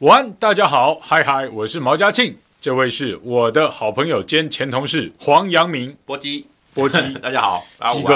晚安，大家好，嗨嗨，我是毛家庆，这位是我的好朋友兼前同事黄阳明波基，波基 大家好，大家鸡午啊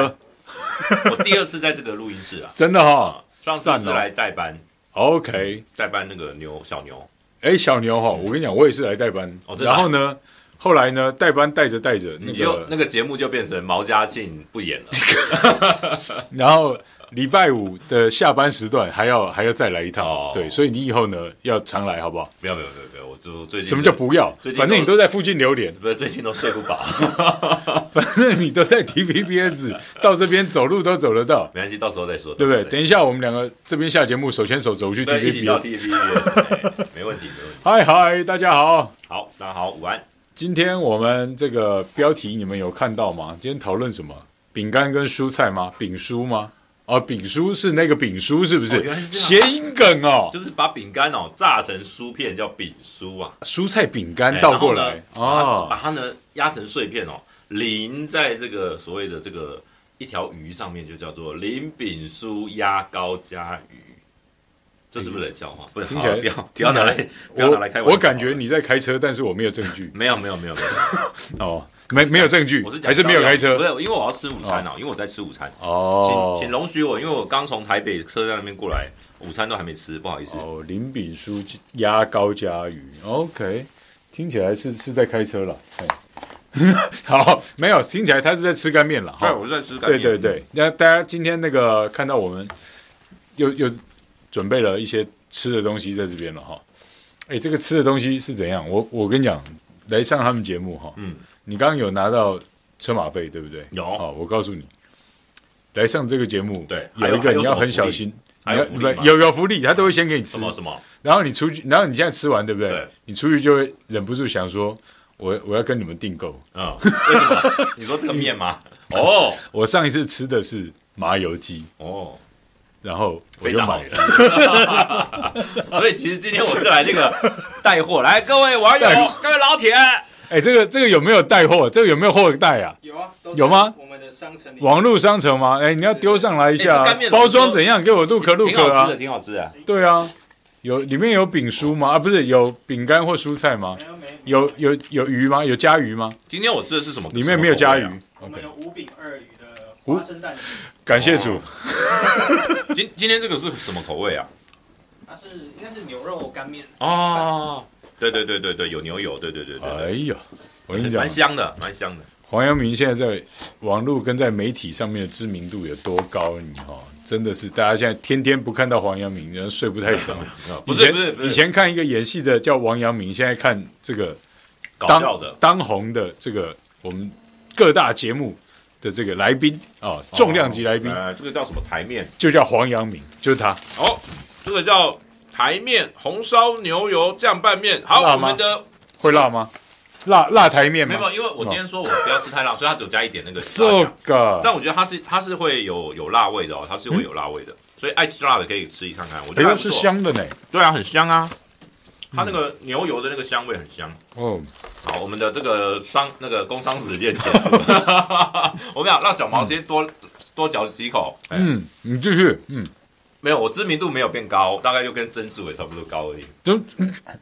安哥，我第二次在这个录音 室啊，真的哈、上次是赞哦来代班， OK，代班那个牛小牛，哎，小牛哈、我跟你讲，我也是来代班，哦真的啊然后呢，后来呢，代班带着带着那你就个，那个节目就变成毛家庆不演 了，然后礼拜五的下班时段还要还要再来一趟，哦对，所以你以后呢要常来好不好？没有没有没有没有，我就最近什么叫不要最？近都反正你都在附近榴莲，不是最近都睡不饱， 反正你都在 TVBS，到这边走路都走得到，没关系，到时候再说，对不对？等一下我们两个这边下节目手牵手走去对，一起到 TVBS。 T V B S，没问题没问题，嗨嗨，大家好，好，大家好，午安，今天我们这个标题你们有看到吗？今天讨论什么？饼干跟蔬菜吗？饼蔬吗？哦，饼蔬是那个饼蔬是不是？哦原来是这谐音梗哦，就是把饼干哦炸成酥片叫饼酥啊，蔬菜饼干哎倒过来然后呢把它哦把它呢压成碎片哦，淋在这个所谓的这个呃一条鱼上面，就叫做淋饼酥压高加鱼。这是不是冷笑话？不是，听好起来不要不听要起拿来来不要拿来开玩笑。我感觉你在开车，但是我没有证 据没有没有没有没有，哦，没没有证据我是，讲还是没有开不车是，因为我要吃午餐哦，因为我在吃午餐。请哦请。容许我，因为我刚从台北车站那边过来，午餐都还没吃，不好意思。哦，林炳书压高加鱼，OK，听起来是是在开车了。哎 好，没有，听起来他是在吃干面了。对，哈，我是在吃干对面。对对，那大家今天那个看到我们又又准备了一些吃的东西在这边了哈。哎，这个吃的东西是怎样？我我跟你讲，来上他们节目哈，嗯，你刚刚有拿到车马费对不对？有好，我告诉你，来上这个节目，对还有有一个你要还有什么很小福利心，还有福利你要吗不有有福利，他都会先给你吃什。么什么？然后你出去，然后你现在吃完，对不对？对你出去就会忍不住想说，我我要跟你们订购。嗯，为什么？你说这个 面吗？哦我上一次吃的是麻油鸡，哦，然后我非就常好买吃了。。 所以其实今天我是来这个带货，来各位网友带、各位老铁，哎，这个这个有没有带货？这个有没有货带啊？有啊，都在有吗我们的商城里面网络商城吗？哎，你要丢上来一下哎这啊干面，怎么包装怎样？给我录可录挺可好吃啊的，！挺好吃的。对啊，有里面有饼酥吗？啊，不是有饼干或蔬菜吗没？有没有有，有有鱼吗？有加鱼吗？今天我吃的是什么？里面没有加鱼什么口味。啊我们 OK，有五饼二鱼的花生蛋饼，感谢主哦。啊。今今天这个是什么口味啊？它是应该是牛肉干面，哦，对对对对对，有牛油，对对对啊哎对呦，我跟你对，讲蛮，香的，蛮香的。黄阳明现在在网络跟在媒体上面的知名度有多高？你哈、哦，真的是大家现在天天不看到黄阳明，然后睡不太着。不是以前不是不以是，前看一个演戏的叫王阳明，现在看这个搞当笑的。当红的这个我们各大节目的这个来宾哦啊、重量级来宾、呃，这个叫什么台面？就叫黄阳明，就是他。哦，这个叫台面红烧牛油酱拌面。辣好，我吗们的会辣吗？辣辣台面没吗有，？因为我今天说我不要吃太辣，所以它只有加一点那个这辣酱。个但我觉得它是它是会有有辣味的哦，它是会有辣味的，所以爱吃辣的可以吃一看看。嗯哎我觉得还呦不错是，香嗯的呢。对啊，很香啊，它那个牛油的那个香味很香。哦，好，我们的这个商那个工商时间结 束，我们要让小毛今天多、多嚼几口。嗯，嗯，你继续，嗯，没有，我知名度没有变高，大概就跟曾志伟差不多高而已。就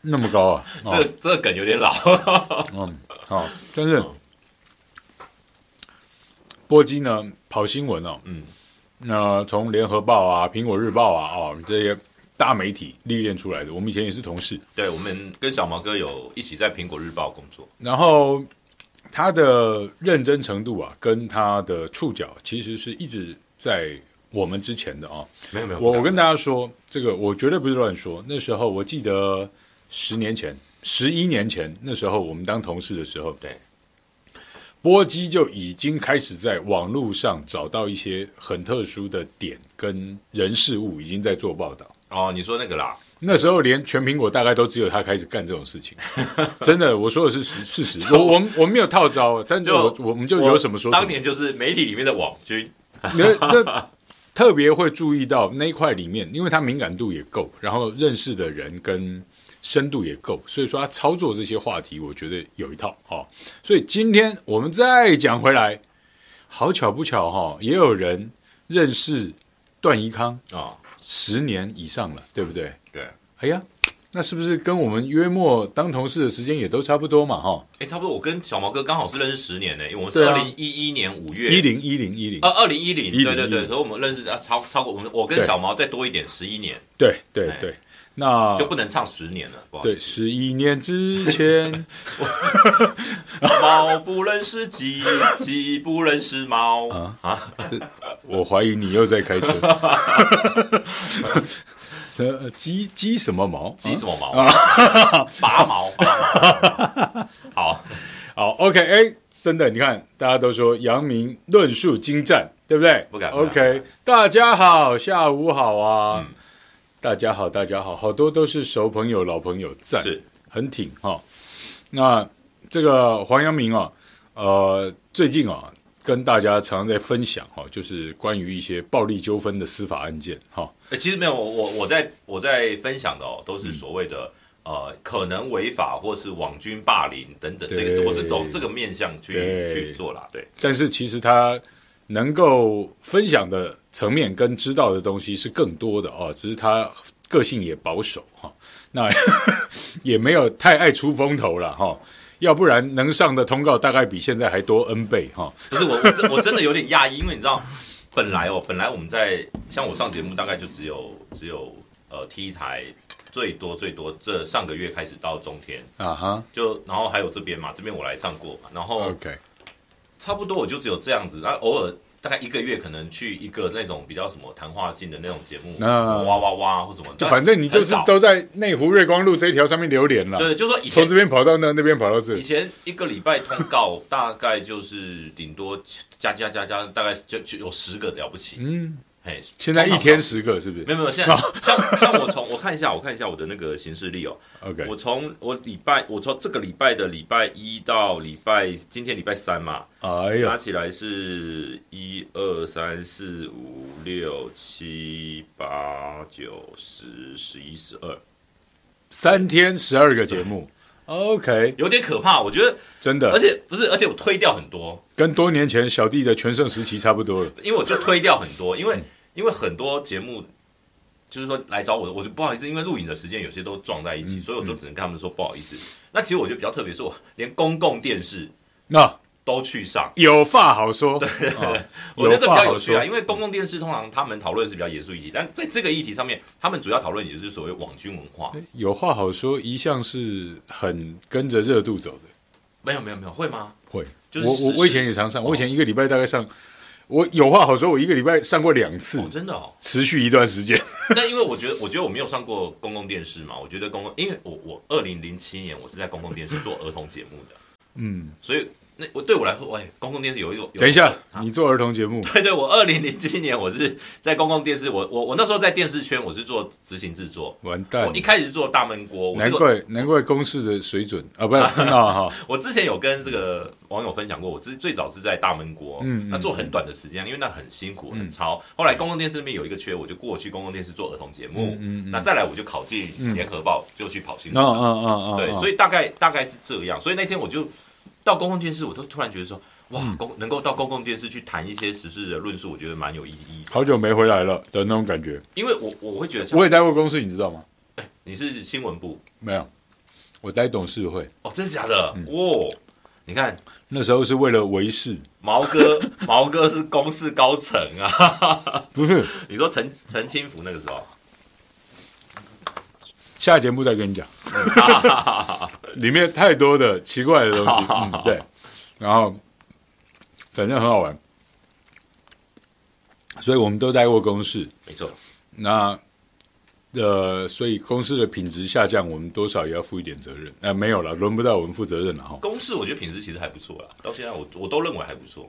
那么高啊？哦 这这个梗有点老，嗯，好，但是嗯波基呢跑新闻哦， 嗯，那从联合报啊、苹果日报啊，哦这些大媒体历练出来的，我们以前也是同事。对，我们跟小毛哥有一起在苹果日报工作，然后他的认真程度啊，跟他的触角其实是一直在我们之前的啊、哦。没有没有，我不我敢跟大家说，这个我绝对不是乱说。那时候我记得十年前、十一年前，那时候我们当同事的时候，对，波基就已经开始在网络上找到一些很特殊的点跟人事物，已经在做报道。哦，你说那个啦，那时候连全苹果大概都只有他开始干这种事情，真的，我说的是实事实。我我们我们没有套招，啊但是就我我们就有什么说什当么。年就是媒体里面的网军，那那特别会注意到那一块里面，因为他敏感度也够，然后认识的人跟深度也够，所以说他操作这些话题，我觉得有一套哦。所以今天我们再讲回来，好巧不巧哈、哦，也有人认识段宜康哦，十年以上了，对不对？对，哎呀，那是不是跟我们约莫当同事的时间也都差不多嘛？哈，哎，差不多，我跟小毛哥刚好是认识十年呢、因为我们是对啊二零一一年五月一零一零一零呃，，二零一零， 10对对对， 10所以我们认识啊，超超过我们，我跟对小毛再多一点，十一年对对哎对，那就不能唱十年了，不好意对十一年之 前，思。猫不认识鸡，鸡不认识猫啊啊！我怀疑你又在开车。 什鸡鸡什么毛？鸡啊什么毛？ 拔毛，拔 毛。好，好，OK，哎，真的，你看，大家都说杨明论述精湛，对不对？不敢不敢 OK，大家好，下午好啊，嗯大家好，大家好，好多都是熟朋友、老朋友，赞，是很挺哈、那这个黄阳明啊，呃，最近啊，跟大家常常在分享哈、就是关于一些暴力纠纷的司法案件哈、欸其实没有，我我我在我在分享的哦，都嗯是所谓的、呃，可能违法或是网军霸凌等等，这对个我是走这个面向去对去做啦，对，但是其实他能够分享的层面跟知道的东西是更多的哦，只是他个性也保守哈、那 也没有太爱出风头了哈、要不然能上的通告大概比现在还多 N 倍哈、不是我我真我真的有点讶异，因为你知道，本来哦，本来我们在像我上节目大概就只有只有呃 T 台最多最多这上个月开始到中天啊哈就，然后还有这边嘛，这边我来上过嘛，然后，OK，差不多我就只有这样子，然后偶尔大概一个月可能去一个那种比较什么谈话性的那种节目，那哇哇哇或什么，就反正你就是很少都在内湖瑞光路这一条上面留连了，对，就说以从前这边跑到那那边跑到这以，前一个礼拜通告大概就是顶多加加加加，大概就就有十个了不起，嗯，嘿，现在一通常天十个是不是没有没有，现在 像像我从我看一下，我看一下我的那个行事历哦。 ？OK，我从我礼拜，我从这个礼拜的礼拜一到礼拜今天礼拜三嘛，哎加呀，起来是一二三四五六七八九十十一十二，三天十二个节目，OK，有点可怕。我觉得，真的而，且不是，而且我推掉很多，跟多年前小弟的全盛时期差不多了。因为我就推掉很多，嗯因为因为很多节目。就是说来找我的，我就不好意思，因为录影的时间有些都撞在一嗯起，所以我就只能跟他们说不好意思。那其实我觉得比较特别，是我连公共电视那、都去上，有话好说，啊 我觉得这比话较好有趣说啊。因为公共电视通常他们讨论的是比较严肃议题，但在这个议题上面，他们主要讨论也就是所谓网军文化。有话好说，一向是很跟着热度走的。没有没有没有，会吗？会，就是我时我事哦我以前也常上，我以前一个礼拜大概上，我有话好说，我一个礼拜上过两次，哦，真的哦。持续一段时间。但因为我觉得，我觉得我没有上过公共电视嘛，我觉得公共，因为我我二零零七年我是在公共电视做儿童节目的，嗯，所以那我对我来说，喂，公共电视有一种。有等一下，啊你做儿童节目， 对对，我二零零七年我是在公共电视，我我我那时候在电视圈我是做执行制作，完蛋我一，开始是做大闷锅，我难这个怪难怪公式的水准啊，不 是那哈，我之前有跟这个网友分享过，我之最早是在大闷锅，嗯嗯那做很短的时间，因为那很辛苦嗯很超。后来公共电视那边有一个缺，我就过去公共电视做儿童节目，嗯嗯嗯嗯那再来我就考进联合报，就去跑新啊闻。啊啊啊，对，所以以大概大概是这样。所以那天我就到公共电视，我都突然觉得说，哇，嗯公能够到公共电视去谈一些时事的论述，我觉得蛮有意义的。好久没回来了的那种感觉。因为我我会觉得像我也待过公司，你知道吗？你是新闻部没有，我待董事会，哦，真的假的？嗯哦，你看那时候是为了维系，毛哥，毛哥是公视高层啊。 不是你说陈陈清福那个时候，下节目再跟你 讲，里面太多的奇怪的东西，嗯、对，然后反正很好玩，所以我们都待过公司，没错，那呃，所以公司的品质下降，我们多少也要负一点责任，呃，没有了，轮不到我们负责任了哈，公式我觉得品质其实还不错啦，到现在我我都认为还不错。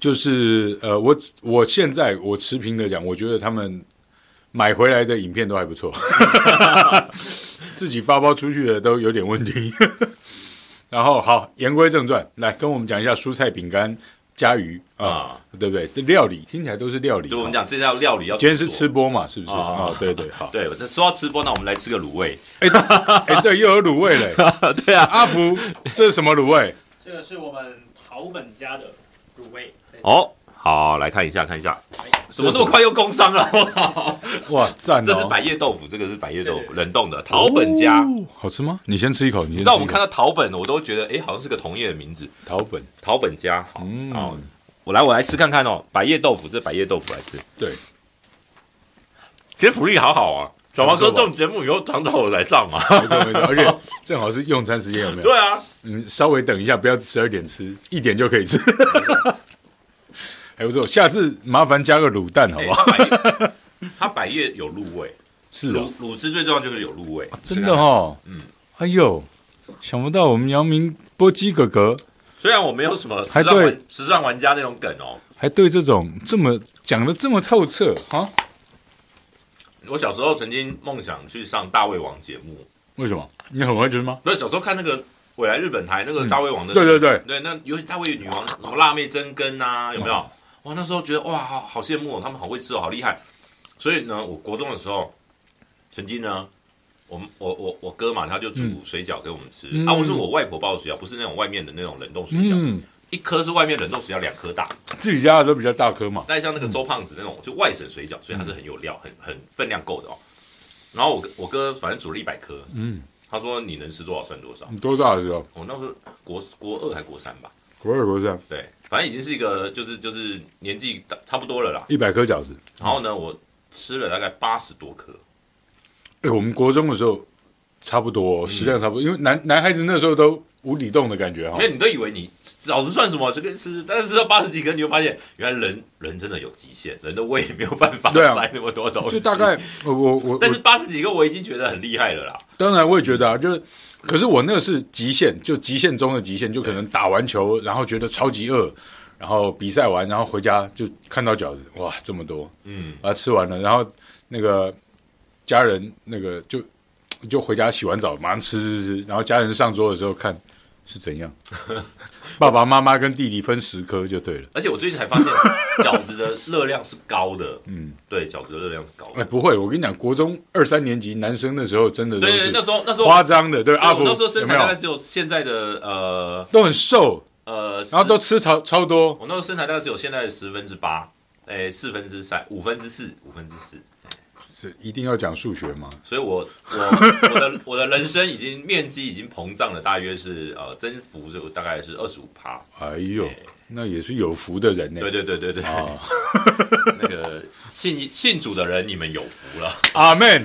就是呃，我我现在我持平的讲，我觉得他们买回来的影片都还不 错，自己发包出去的都有点问题。 然后好，言归正传，来跟我们讲一下蔬菜饼干加鱼啊啊，对不对？这料理听起来都是料理。就我们啊讲这道料理要今天是怎么吃做，播嘛，是不是啊啊？对对，好， 对，我说到吃播，那我们来吃个卤味。哎，对，又有卤味嘞。对啊，阿福，这是什么卤味？这个是我们陶本家的卤味，对哦，好，来看一下，看一下哎，怎么这么快又工伤了？我靠，哇，赞、哦！这是百叶豆腐，这个是百叶豆腐，对冷冻的桃本家。哦好吃吗？你先吃一口，你你先知道我们吃一看口到桃本，我都觉得哎、诶好像是个同业的名字，桃本，桃本家。好，嗯好，我来，我来吃看看哦，百叶豆腐，这百叶豆腐来吃。对，其实福利好好啊，小王说不这错吧种节目以后常找我来上啊嘛。没错没错，而且正好是用餐时间，有没有？ 对啊，你稍微等一下，不要十二点吃，一点就可以吃，还不错。下次麻烦加个卤蛋，好不好？诶它百叶 它百叶有啊入味，是卤哦，卤汁最重要就是有入味，真的。哦，嗯哎呦，想不到我们阳明波基哥哥虽然我没有什么时还尚对玩时尚玩家那种梗哦，还对这种这么讲的这么透彻啊？我小时候曾经梦想去上大胃王节目，为什么？你很会吃吗？不是小时候看那个我来日本台那个大胃王的，嗯对对对，对，那尤其大胃女王什么辣妹真根啊，有没有？嗯哇，那时候觉得哇，好好羡慕、哦，他们好会吃哦，好厉害。所以呢，我国中的时候，曾经呢，我们我我我哥嘛，他就煮嗯水饺给我们吃、嗯啊，我是我外婆包的水饺，不是那种外面的那种冷冻水饺，嗯，一颗是外面冷冻水饺两颗大， 自己家的都比较大颗嘛，但像那个周胖子那种，就外省水饺，所以它是很有料、很很分量够的哦。然后我哥我哥反正煮了一百颗，嗯，他说你能吃多少算多少。你多大的时候？我那时候国国二还国三吧，国二国三，对，反正已经是一个就是就是年纪大差不多了啦。一百颗饺子。然后呢，我吃了大概八十多颗，哎、我们国中的时候差不多食量差不多，因为男男孩子那时候都无底洞的感觉哈因。为你都以为你饺子算什么，随便吃，但是吃到八十几颗，你就发现原来人人真的有极限，人的胃没有办法对啊塞那么多东西。就大， 概我我我，但是我八十几个我已经觉得很厉害了啦。当然我也觉得啊，就是，可是我那个是极限，就极限中的极限，就可能打完球，然后觉得超级饿，然后比赛完，然后回家就看到饺子，哇，这么多，嗯，啊，吃完了，然后那个家人那个就就回家洗完澡，马上吃吃吃，然后家人上桌的时候看是怎 样，爸爸妈妈跟弟弟分十颗就对了。而且我最近才发现 饺子的热量是高的，嗯，对，饺子的热量是高 哎，的。不会，我跟你讲，国中二三年级男生那时候真的都对对，是那时候那时候夸张的，对对阿我福那时候有身没材大概有只有现在的呃都很 瘦，呃，然后都吃超超多，我那时候身材大概只有现在的十分之八，哎，四分之三，五分之四，五分之四，是一定要讲数学吗？所以我我我的我的人生已经面积已经膨胀了，大约是呃增幅就大概是二十五趴，哎呦对，那也是有福的人呢对。对对对对，啊， 那个信信主的人你们有福了，阿门。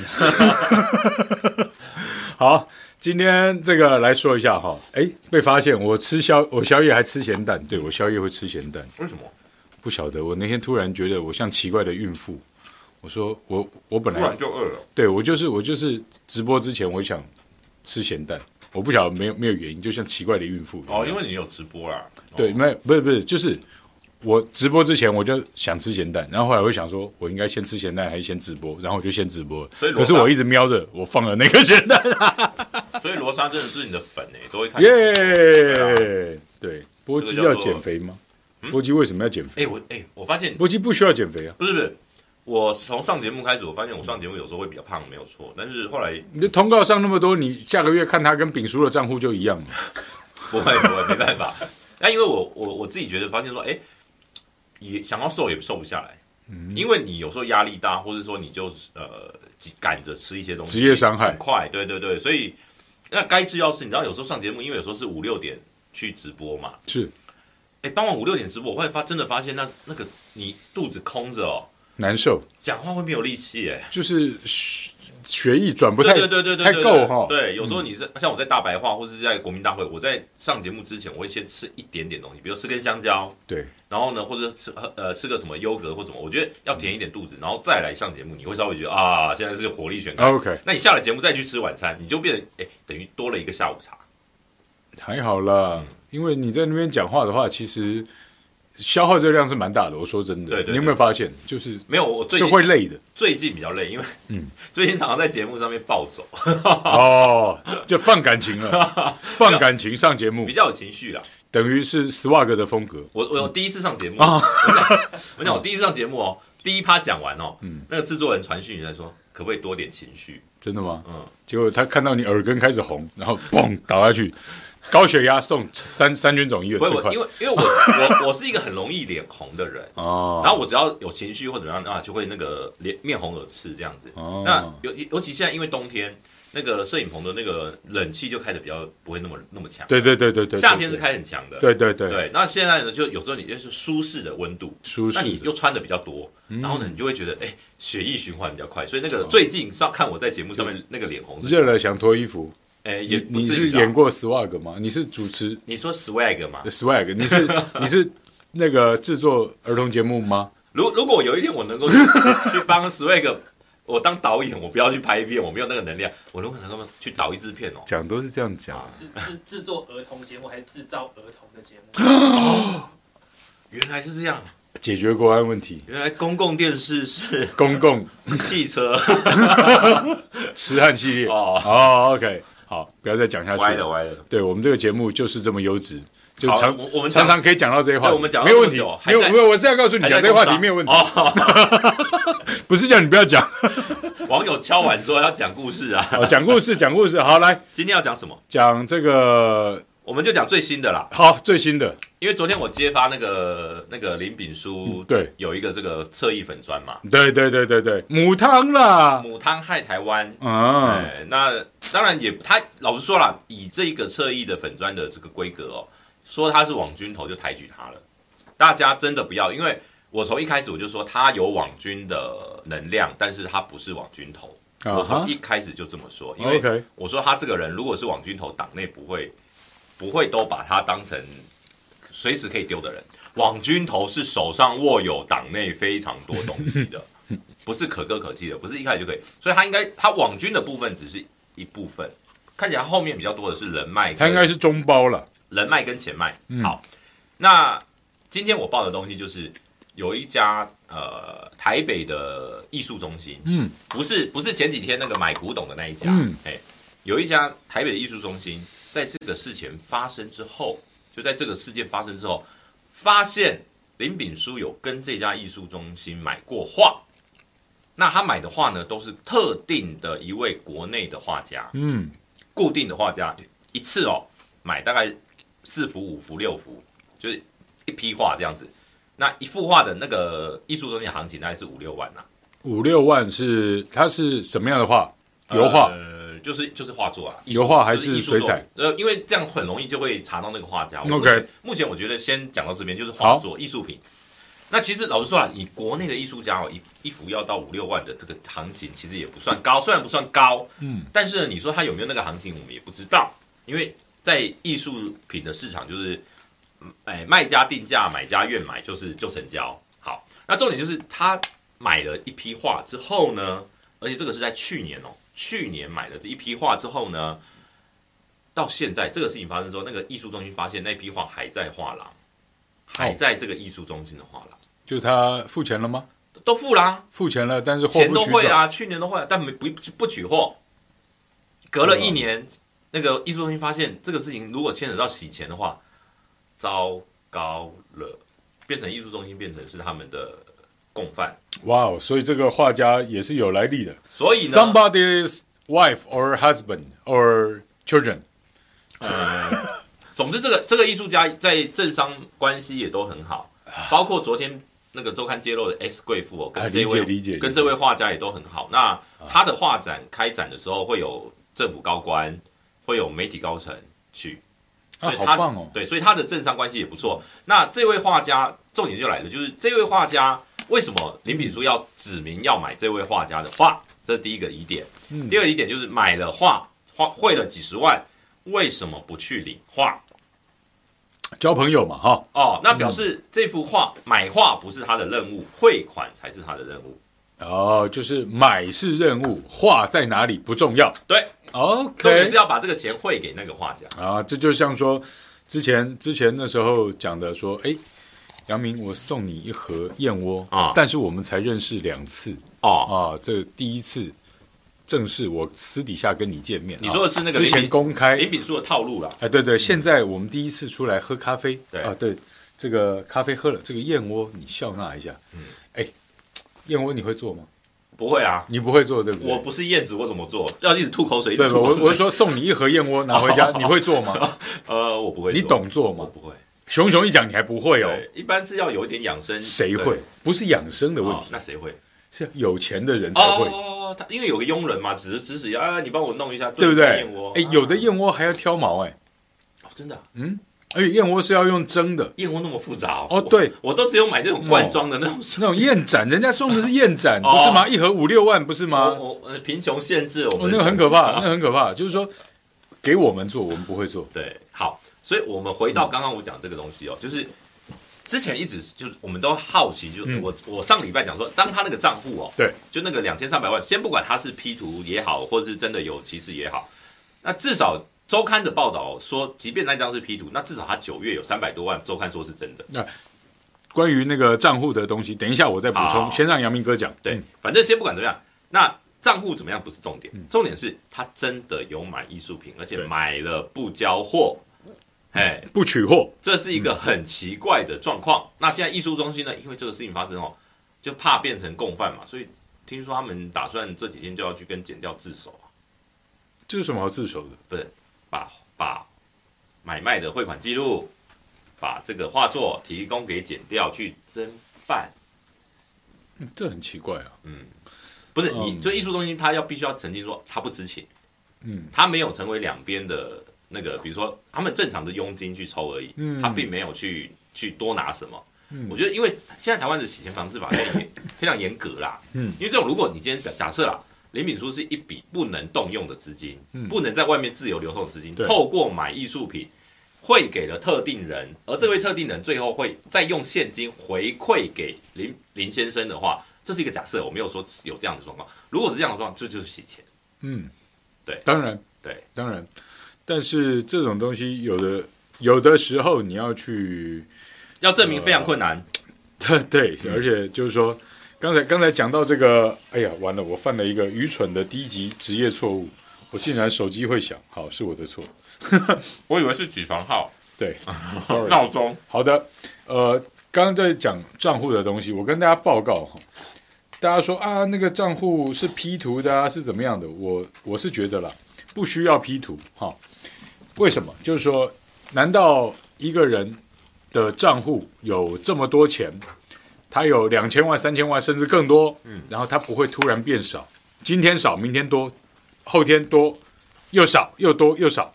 好，今天这个来说一下哈，哎，被发现我吃宵，我宵夜还吃咸蛋，对我宵夜会吃咸蛋，为什么？不晓得我那天突然觉得我像奇怪的孕妇，我说我我本突来然就饿了，对我就是我就是直播之前我想吃咸蛋，我不晓得没有没有原因，就像奇怪的孕妇一样哦，因为你有直播啦，哦对，没有不是不是，就是我直播之前我就想吃咸蛋，然后后来我就想说，我应该先吃咸蛋还是先直播，然后我就先直播了。所以可是罗大我一直瞄着，我放了那个咸蛋， 所以罗莎真的是你的粉哎、都会看。耶、对对，波基这个要叫做减肥吗？波基为什么要减哎、肥？我哎、我发现波基不需要减肥啊，不是不是，我从上节目开始，我发现我上节目有时候会比较胖，没有错。但是后来你的通告上那么多，你下个月看他跟丙叔的账户就一样嘛。不会不会，没办法。 那因为我我我自己觉得发现说，哎、也想要瘦也瘦不下来，因为你有时候压力大，或者说你就是呃急赶着吃一些东西，职业伤害很快，对对对，所以那该吃要吃。你知道有时候上节目，因为有时候是五六点去直播嘛，是哎、傍晚五六点直播，我会发真的发现那那个你肚子空着哦，难受，讲话会没有力气哎、就是血血液转不太对对对对对，太对够哈。嗯对，有时候你是像我在大白话或是在国民大会，我在上节目之前，我会先吃一点点东西，比如吃根香蕉，对，然后呢，或者吃喝呃吃个什么优格或什么，我觉得要填一点肚子，然后再来上节目，你会稍微觉得啊，现在是活力全开。 OK 那你下了节目再去吃晚餐，你就变成哎，等于多了一个下午茶。还好啦，因为你在那边讲话的话，其实消耗热量是蛮大的。我说真的，对对对你有没有发现，就是没有，我最是近会嗯累 的最近比较累，因为 最近常常在节目上面暴走，哦，就放感情 了，放感情上节目比，较有情绪啦。等于是 swag 的风格。我我我第一次上节目，哦我讲我讲我第一次上节目哦，第一趴讲完哦，嗯那个制作人传讯来说，可不可以多点情绪？真的吗？嗯，结果他看到你耳根开始红，然后嘣倒下去，高血压送三三军总医院不最是快我，因为因为我是我我是一个很容易脸红的人， 哦。然后我只要有情绪或怎么样啊，就会那个脸面红耳赤这样子。哦那尤尤其现在因为冬天，那个摄影棚的那个冷气就开始比较不会那么那么强，对对对对对，夏天是对开很强的，对对对对。那现在呢，就有时候你就是舒适的温度，舒适那你的就穿的比较多，嗯然后呢，你就会觉得哎、血液循环比较快，所以那哦个最近上看我在节目上面那个脸红是，热了想脱衣服。哎、也你不你至是于啦演过 swag 吗？你是主持你说 swag 嘛？ swag，你是你是那个制作儿童节目吗？如如果有一天 我能够去去帮 swag，我当导演，我不要去拍片，我没有那个能量，我如果能够去导一支片哦，讲都是这样讲，是制制作儿童节目还是制造儿童的节目？原来是这样，解决国安问题，原来公共电视是公共汽车，痴汉系列。哦 哦，OK，好，不要再讲下去 歪了了。歪了。对我们这个节目就是这么优质，就好常我我们常讲常可以讲到这些话题，对我们讲到没有这么问题久，还没有在没有，我是要告诉你还讲在这个话工题商没有问题， 哦，不是叫你不要讲，网友敲碗说要讲故事啊，好讲故事讲故事，好来今天要讲什么？讲这个我们就讲最新的啦，好最新的，因为昨天我揭发那个那个林炳书，嗯对有一个这个侧翼粉砖嘛，对对对对对，母汤啦，母汤害台湾。啊，哎，那当然也，他老实说啦，以这个侧翼的粉砖的这个规格哦，说他是网军头就抬举他了。大家真的不要，因为我从一开始我就说他有网军的能量，但是他不是网军头。啊我哈从一开始就这么说，因为，OK，我说他这个人如果是网军头，党内不会不会都把他当成随时可以丢的人。网军头是手上握有党内非常多东西 的，不是可歌可泣的，不是一开始就可以。所以他应该他网军的部分只是一部分，看起来他后面比较多的是人脉跟，他应该是嗯中包了，人脉跟钱脉。好，那今天我报的东西就是有一家呃台北的艺术中心，嗯，不是不是前几天那个买古董的那一家，嗯哎，有一家台北的艺术中心，在这个事情发生之后，就在这个事件发生之后，发现林炳书有跟这家艺术中心买过画。那他买的画呢，都是特定的一位国内的画家，嗯，固定的画家一次哦买大概四幅、五幅、六幅，就是一批画这样子。那一幅画的那个艺术中心行情大概是五六万呐、啊五六万是它是什么样的画？油画，呃，就是就是画作啊，油画还就是艺术水作彩？呃，因为这样很容易就会查到那个画家。我 OK 目前目前我觉得先讲到这边，就是画作艺术品。那其实老实说啊，以国内的艺术家哦，一一幅要到五六万的这个行情，其实也不算高，虽然不算高，嗯，但是呢，你说它有没有那个行情，我们也不知道，因为在艺术品的市场就是，嗯哎，卖家定价，买家愿买，就是就成交。好，那重点就是他买了一批画之后呢，而且这个是在去年哦，去年买了这一批画之后呢，到现在这个事情发生之后，那个艺术中心发现那批画还在画廊，还在这个艺术中心的画廊，就他付钱了吗？都付啦，付钱了，但是货钱不都取会走。啊，去年都会、啊，但没不不不取货。隔嗯了一年，那个艺术中心发现这个事情如果牵扯到洗钱的话，糟糕了，变成艺术中心变成是他们的共犯，哇哦，所以这个画家也是有来历的。所以呢 Somebody's wife or husband or children，总之，这个这个艺术家在政商关系也都很好，包括昨天那个周刊揭露的 S 贵妇哦，啊跟这理位、解理解跟理解这位画家也都很好。那他的画展开展的时候，会有政府高官，会有媒体高层去，啊，所以好他棒哦！对，所以他的政商关系也不错。那这位画家重点就来了，就是这位画家为什么林炳书要指明要买这位画家的画？这是第一个疑点。嗯第二个疑点就是买了画，花汇了几十万，为什么不去领画？交朋友嘛，哈，哦，那表嗯示这幅画买画不是他的任务，汇款才是他的任务。哦，就是买是任务，画在哪里不重要。对，重点 OK，是要把这个钱汇给那个画家。啊，这就像说之前之前那时候讲的说，哎，杨明，我送你一盒燕窝啊但是我们才认识两次哦，啊，这第一次正是我私底下跟你见面。你说的是那个啊之前公开林炳书的套路啦。哎，对对，现在我们第一次出来喝咖啡，对啊，对，这个咖啡喝了，这个燕窝你笑纳一下，哎，燕窝你会做吗？不会啊，你不会做对不对？我不是燕子，我怎么做？要一直吐口水，一对直吧？吐我口水。我是说送你一盒燕窝拿回家，你会做吗？呃，我不会做，你懂做我吗？不会。熊熊一讲你还不会哦，对，一般是要有一点养生。谁对会？？不是养生的问哦题，那谁会？是有钱的人才会，哦，他因为有个佣人嘛，只是指使啊，你帮我弄一下，对不炖一下对燕窝，？哎，有的燕窝还要挑毛哎，哦真的啊，而且燕窝是要用蒸的，燕窝那么复杂哦哦我对，我都只有买那种罐装的那种什那种燕盏，人家送的是燕盏，哦不是吗？一盒五六万不是么，吗？ 我我贫穷限制我哦们，那的个很想可象怕，那个很可怕，就是说给我们做，我们不会做，对，好，所以我们回到刚刚我讲这个东西哦，就是之前一直就是我们都好奇，就是嗯我、我上礼拜讲说，当他那个账户哦，对，就那个两千三百万，先不管他是 P 图也好，或者是真的有歧视也好，那至少周刊的报道说，即便那张是 P 图，那至少他九月有三百多万，周刊说是真的。关于那个账户的东西，等一下我再补充，好先让杨明哥讲。对，嗯反正先不管怎么样，那账户怎么样不是重点，重点是他真的有买艺术品，而且对买了不交货，哎，不取货，这是一嗯个很奇怪的状况。那现在艺术中心呢，因为这个事情发生哦，就怕变成共犯嘛，所以听说他们打算这几天就要去跟剪掉自首啊，这有什么好自首的？把把买卖的汇款记录，把这个画作提供给剪掉去侦办。嗯嗯这很奇怪啊。不是你，嗯就艺术中心他要必须要澄清说他不知情，嗯，他没有成为两边的那个，比如说他们正常的佣金去抽而已，嗯他并没有去去多拿什么。嗯我觉得，因为现在台湾的洗钱防治法现在也非常严格啦，嗯因为这种如果你今天假假设啦，林炳书是一笔不能动用的资金，嗯不能在外面自由流通的资金，对透过买艺术品汇给了特定人，而这位特定人最后会再用现金回馈给林林先生的话，这是一个假设，我没有说有这样的状况。如果是这样的状况，这就是洗钱。嗯，对当然，对，当然，但是这种东西有的有的时候你要去，要证明非常困难， 对，而且就是说，刚才刚才讲到这个，哎呀，完了，我犯了一个愚蠢的低级职业错误，我竟然手机会响，好，是我的错，我以为是起床号、对，sorry，钟。好的，呃，刚刚在讲账户的东西，我跟大家报告哈，大家说啊，那个账户是 P 图的啊，是怎么样的？我我是觉得啦，不需要 P 图哈。为什么？就是说，难道一个人的账户有这么多钱，他有两千万、三千万，甚至更多，嗯，然后他不会突然变少，今天少，明天多，后天多，又少，又多，又少，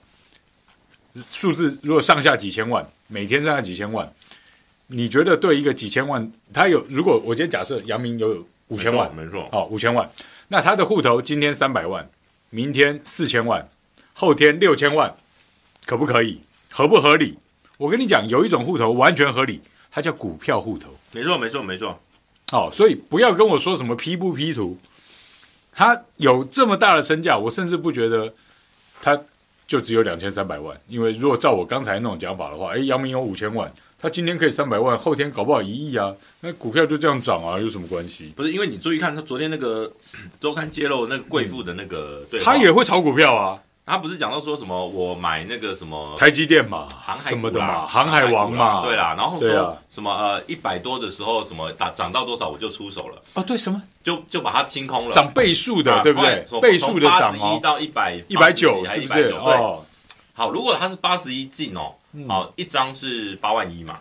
数字如果上下几千万，每天上下几千万，你觉得对一个几千万，他有如果我今天假设杨明有五千万，没错，哦，五千万，那他的户头今天三百万，明天四千万，后天六千万，可不可以？合不合理？我跟你讲，有一种户头完全合理，它叫股票户头。没错，没错，没错。哦，所以不要跟我说什么 P 不 P 图，他有这么大的身价，我甚至不觉得他就只有两千三百万，因为如果照我刚才那种讲法的话，诶，姚明有五千万，他今天可以三百万，后天搞不好一亿啊，那股票就这样涨啊，有什么关系？不是因为你注意看，他昨天那个 周刊揭露那个贵妇的那个对嗯话，他也会炒股票啊，他不是讲到说什么我买那个什么台积电嘛，航海什么股的啦嘛，航海王航嘛，海股啦对啦，然后对说啊什么呃一百多的时候什么打涨到多少我就出手了，哦，对，什么就就把它清空了，涨倍数的，啊对不对从？倍数的涨从81哦，到一百一百九是不是？对，哦，嗯好，如果它是八十一进哦，好一张是八万一嘛，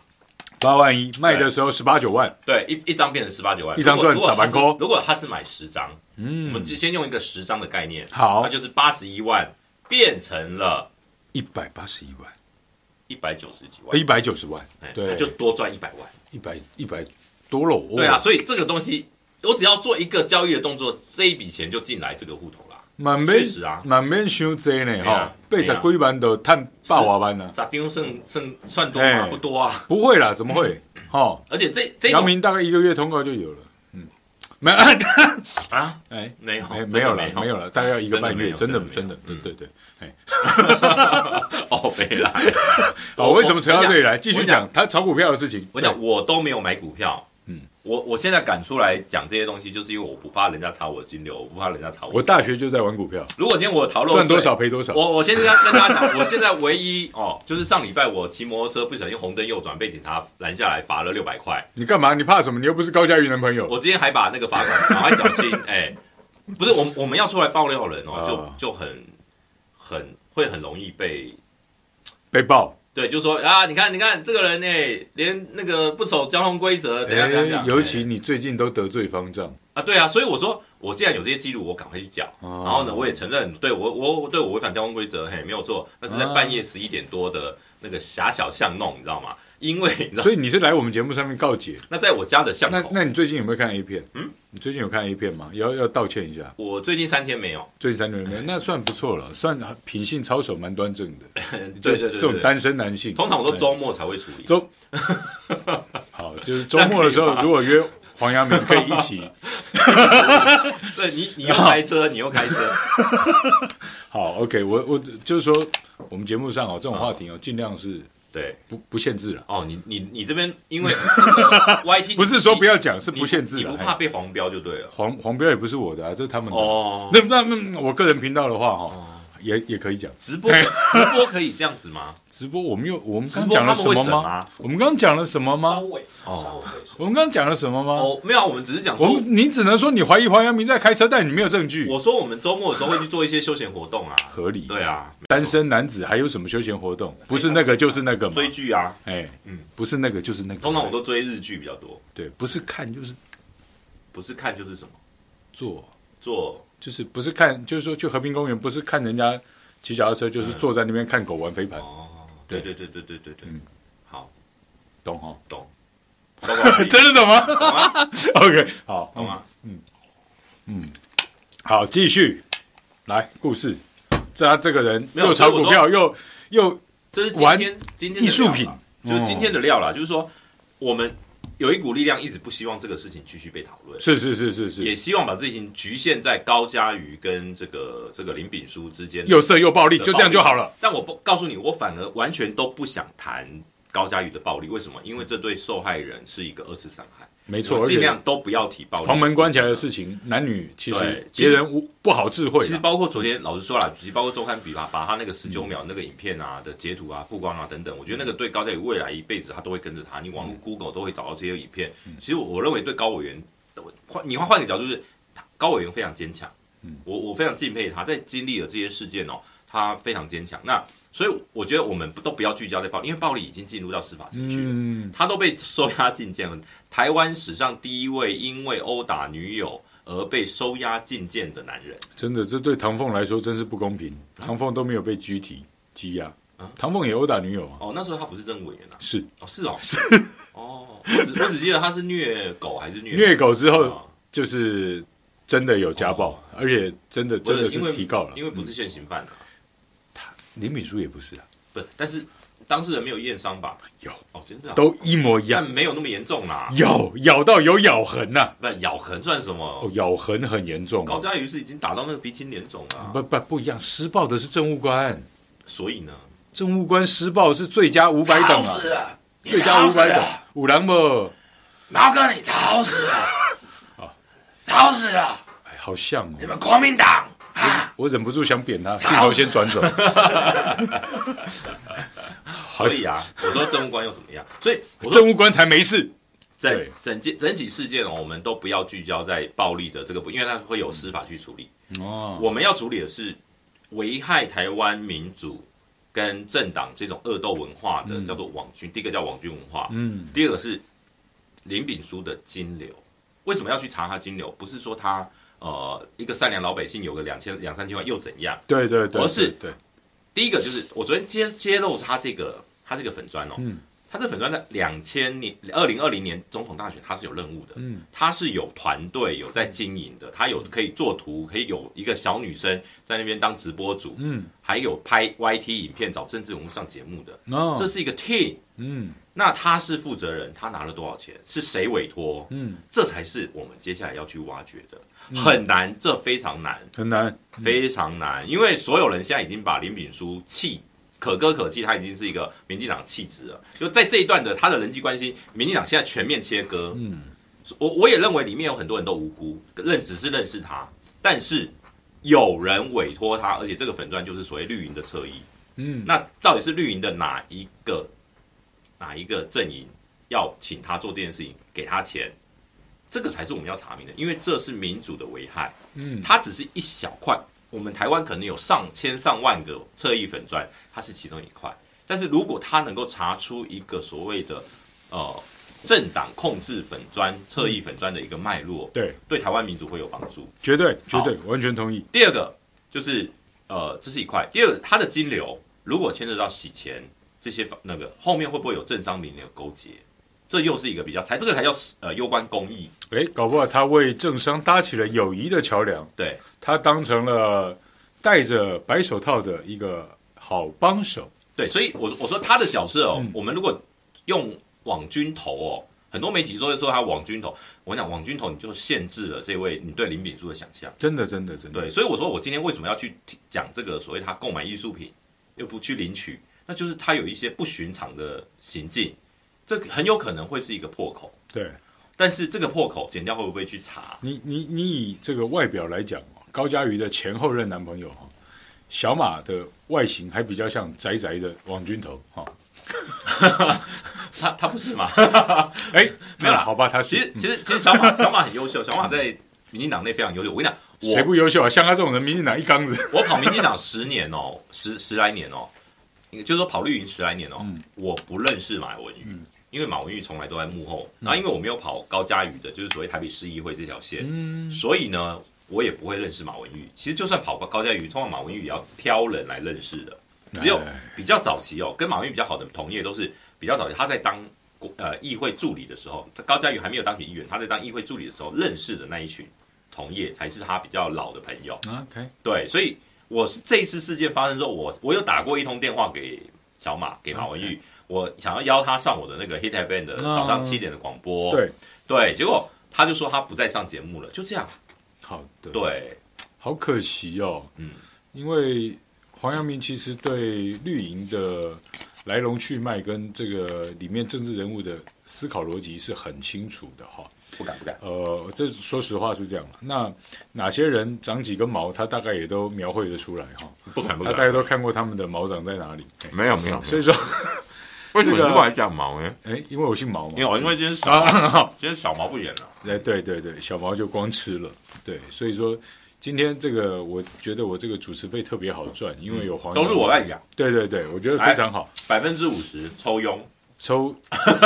八万一卖的时候十八九万，对，一一张变成十八九万，一张如果赚如果它早班是扣如果他是买十张，我嗯们，就先用一个十张的概念，那好，就是八十一万变成了一百八十一万。一百九十几一万，百九十万，哎对他就多赚一百万。一百一百多了。哦对啊，，所以这个东西，我只要做一个交易的动作，这一笔钱就进来这个户头啦。满免确实啊满免伤济呢啊哈，八对十啊几万都探啊霸瓦班呢，咋丢剩剩算多吗？哎不多啊。不会啦，怎么 会？哈，而且这这姚种明大概一个月通告就有了，嗯，没有，啊，哎，没有哎，真的没有没了，没有了，大概要一个半月，真真的的真没的有，嗯对真的没有对对。 哦，没啦。 哦，为什么扯到这里来？继我续讲讲他炒股票的事情。我讲我都没有买股票，嗯嗯，我我现在敢出来讲这些东西，就是因为我不怕人家查我金流，我不怕人家查我。我大学就在玩股票，如果今天我逃漏赚税多少赔多少。 我我先跟大跟大家讲，我现在唯一哦，就是上礼拜我骑摩托车不小心红灯右转被警察拦下来，罚了六百块。你干嘛？你怕什么？你又不是高佳瑜男朋友。我今天还把那个罚款赶快缴清。哎、不是我们我们要出来爆料人啊哦，就就很很会很容易被被爆，对，就说啊，你看你看这个人哎、连那个不守交通规则怎样怎样怎样。尤哎其你最近都得罪方丈，啊，对啊，所以我说我既然有这些记录，我赶快去缴。哦然后呢，我也承认，对我我我对我违反交通规则，嘿，没有错。那是在啊半夜十一点多的那个狭小巷弄，你知道吗？因为你知道。所以你是来我们节目上面告解。那在我家的巷那口，那你最近有没有看 A 片？嗯，你最近有看 A 片吗？要要道歉一下，我最近三天没有。最近三年哎没有，那算不错了，算品性操守蛮端正的。对对这对对种单身男性，通常我都对周末才会处理。周，好，就是周末的时 候，如果约黄阳明可以一起，对你，你又啊开车，你 又开车，好，OK，我我就是说，我们节目上哦，这种话题哦，尽量是对。不不限制了，哦，你你你这边 因为 YT 不是说不要讲，是你不限制你了不。嘿怕被黄标就对了。黄黄标也不是我的啊，这是他们的。哦，那那那我个人频道的话哈哦，也也可以讲直播直播可以这样子 吗？直播。我们又我们直刚播讲了什么他们会审吗吗？我们刚讲了什么稍吗？微哦稍微我们刚讲了什么吗？哦，没有啊，我们只是讲我说们，你只能说你怀疑黄阳明在开车，但你没有证据。 我说我们周末的时候会去做一些休闲活动啊。 合理。对啊，单身男子还有什么休闲活动？不是那个就是那个嘛。追剧啊，哎，嗯嗯，不是那个就是那个。通常我都追日剧比较多，对，不是看就是不是看就是什么坐，做就是不是看，就是说去和平公园，不是看人家骑脚踏车，就是坐在那边看狗玩飞盘，哦，对对对对对对对对嗯，好，懂哈？懂，懂 懂真的懂吗懂啊？OK，好，懂啊。好，继续来故事。这他这个人没有又炒股票，又又这是今天今天的料啦艺术品，就是今天的料啦。就是说，我们有一股力量一直不希望这个事情继续被讨论，是是是是也是，希望把这事情局限在高嘉瑜跟这个这个林炳书之间。又色又暴力，的就这样就好了。但我不告诉你，我反而完全都不想谈高嘉瑜的暴力，为什么？因为这对受害人是一个二次伤害，没错，我而尽且量都不要提暴力。房门关起来的事情，男女其实对其别实人无不好智慧其实啦。包括昨天，老实说啦，其实包括周刊比吧，把他那个十九秒那个影片啊的截图啊、曝光啊等等，我觉得那个对高嘉宇未来一辈子他都会跟着他，你网嗯络 Google 都会找到这些影片。其实我我认为对高委员，我换你换换个角度就是，他高委员非常坚强，嗯我我非常敬佩他，在经历了这些事件哦，他非常坚强。那所以我觉得我们不都不要聚焦在暴力，因为暴力已经进入到司法程序了。嗯，他都被收押进监了。台湾史上第一位因为殴打女友而被收押进监的男人。真的，这对唐凤来说真是不公平。唐凤都没有被拘提羁押啊，唐凤也殴打女友啊。哦，那时候他不是政务委员啊？ 是哦，是哦，是哦，我只我只记得他是虐狗还是虐虐狗哦之后，啊就是真的有家暴哦，而且真的不真的是因为提告了。嗯因为不是现行犯啊，林敏书也不是啊，不，但是当事人没有验伤吧？有哦，真的啊都一模一样嗯但，没有那么严重啦，有咬到有咬痕呐、不咬痕算什么哦？，咬痕很严重高哦、嘉瑜是已经打到那个鼻青脸肿了，啊不不不一样，施暴的是政务官，所以呢，政务官施暴是最佳五百等啊，了，最佳五百等，五郎不？毛哥你吵死 了，哦吵死了，哎，好像哦，们国民党啊！我忍不住想扁他，幸好先转走。好 所，以啊，我说政务官又怎么样？所以我说政务官才没事。整对整件整起事件哦，我们都不要聚焦在暴力的这个部，因为它会有司法去处理。哦，我们要处理的是危害台湾民主跟政党这种恶斗文化的，叫做网军。第一个叫网军文化，嗯，第二个是林炳书的金流。为什么要去查他金流？不是说他呃一个善良老百姓有个两千两三千万又怎样？对对对，我是对，对第一个就是我昨天揭揭露他这个他这个粉砖哦，嗯他这粉砖在两千年二零二零年总统大选他是有任务的，嗯，他是有团队有在经营的，他有可以做图，可以有一个小女生在那边当直播主，嗯，还有拍 YT 影片找政治人物上节目的，这哦，是一个 team。嗯那他是负责人，他拿了多少钱？是谁委托？嗯，这才是我们接下来要去挖掘的，很难，这非常难。很难。非常难，因为所有人现在已经把林炳书弃可歌可泣，他已经是一个民进党弃职了。就在这一段的他的人际关系，民进党现在全面切割，嗯，我我也认为里面有很多人都无辜，认只是认识他，但是有人委托他，而且这个粉钻就是所谓绿营的侧翼。嗯，那到底是绿营的哪一个哪一个阵营要请他做这件事情，给他钱？这个才是我们要查明的，因为这是民主的危害。嗯，它只是一小块，我们台湾可能有上千上万个侧翼粉砖，它是其中一块。但是如果他能够查出一个所谓的呃政党控制粉砖、侧翼粉砖的一个脉络，对，对台湾民主会有帮助。绝对绝对完全同意。第二个就是呃，这是一块。第二个，它的金流如果牵扯到洗钱这些那个，后面会不会有政商名流勾结？这又是一个比较才，这个才叫呃攸关公益。诶，搞不好他为政商搭起了友谊的桥梁，对他当成了戴着白手套的一个好帮手。对，所以我我说他的角色哦，我们如果用网军头哦，很多媒体都会说他网军头。我讲网军头，你就限制了这位你对林炳书的想象。真的，真的，真的，对，所以我说我今天为什么要去讲这个所谓他购买艺术品又不去领取，那就是他有一些不寻常的行径，这很有可能会是一个破口。对但是这个破口剪掉会不会去查？你，你，你以这个外表来讲哦，高佳瑜的前后任男朋友哈，小马的外形还比较像宅宅的王军头哈。他他不是吗？ 诶，没有啦好吧，他其是嗯实其实其实小马小马很优秀，小马在民进党内非常优秀。我跟你讲，谁我不优秀啊？像他这种人，民进党一缸子。我跑民进党十年哦，十十来年哦，就是说跑绿营十来年嗯哦，我不认识马文玉，因为马文玉从来都在幕后。然后因为我没有跑高嘉瑜的，就是所谓台北市议会这条线，嗯，所以呢，我也不会认识马文玉。其实就算跑高嘉瑜，通常马文玉也要挑人来认识的。只有哎比较早期哦，跟马文玉比较好的同业都是比较早期，他在当国呃议会助理的时候，高嘉瑜还没有当选议员，他在当议会助理的时候认识的那一群同业才是他比较老的朋友。 OK，对，所以我是这一次事件发生之后，我我有打过一通电话给小马，给马文嗯玉，我想要邀他上我的那个 Hit FM 的早上七点的广嗯播。对，对，结果他就说他不再上节目了，就这样。好的，对。好可惜哦，嗯，因为黄阳明其实对绿营的来龙去脉跟这个里面政治人物的思考逻辑是很清楚的哈、不敢不敢。呃，这说实话是这样了。那哪些人长几根毛，他大概也都描绘得出来哈、不敢不他敢大，概都看过他们的毛长在哪里。哎嗯没有没有，没有啊所以说， 为什么这个你过来讲毛呢？啊哎，因为我姓毛嘛因为，我因为今天小、今天小毛不演了，哎，对对对，小毛就光吃了，对，所以说今天这个，我觉得我这个主持费特别好赚，因为有黄、都是我在讲，对对对，我觉得非常好。百分之五十抽佣。抽，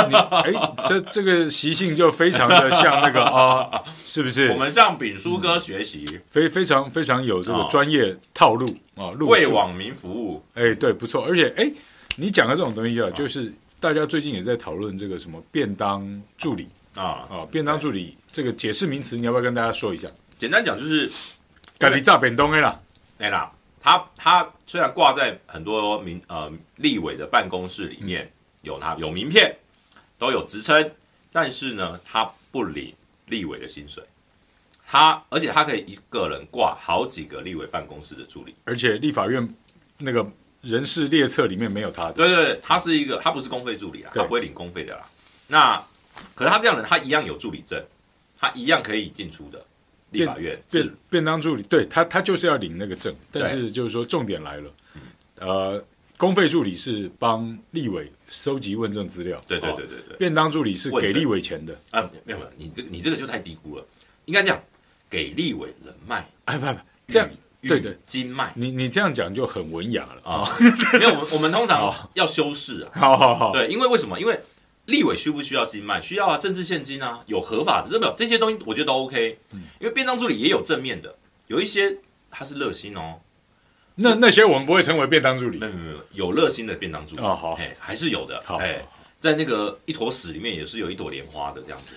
你哎，这这个习性就非常的像那 个啊，是不我是？们向炳书哥学习，非非常非常有这个哦专业套路啊，路为数网民服务。哎，对，不错。而且哎，你讲的这种东西啊，哦就是大家最近也在讨论这个什么便当助理啊，啊，便当助理这个解释名词，你要不要跟大家说一下？简单讲就是，咖喱炸便当的啦，哎啦，他他虽然挂在很多民呃立委的办公室里面、有他有名片，都有职称，但是呢，他不领立委的薪水，他而且他可以一个人挂好几个立委办公室的助理。而且立法院那个人事列册里面没有他的，对对对，他是一个，他不是公费助理啊，对他不会领公费的啦。那可是他这样的人，他一样有助理证，他一样可以进出的立法院便是便当助理，对他他就是要领那个证，但是就是说重点来了，呃，公费助理是帮立委收集问政资料，对对哦对对对，便当助理是问给政立委钱的，啊，没有没有，你这个你这个就太低估了，应该这样，给立委人脉，哎不不，这样与对哦对，与经脉你你这样讲就很文雅了，啊， 没有我们我们通哦常要修饰啊，好好好，对，因为为什么？因为立委需不需要经脉？需要啊，政治现金啊，有合法的，这个这些东西我觉得都 OK，因为嗯便当助理也有正面的，有一些他是热心哦，那那些我们不会成为便当助理没有没有没有，有热心的便当助理哦好哎，还是有的，好哎好，在那个一坨屎里面也是有一朵莲花的这样子。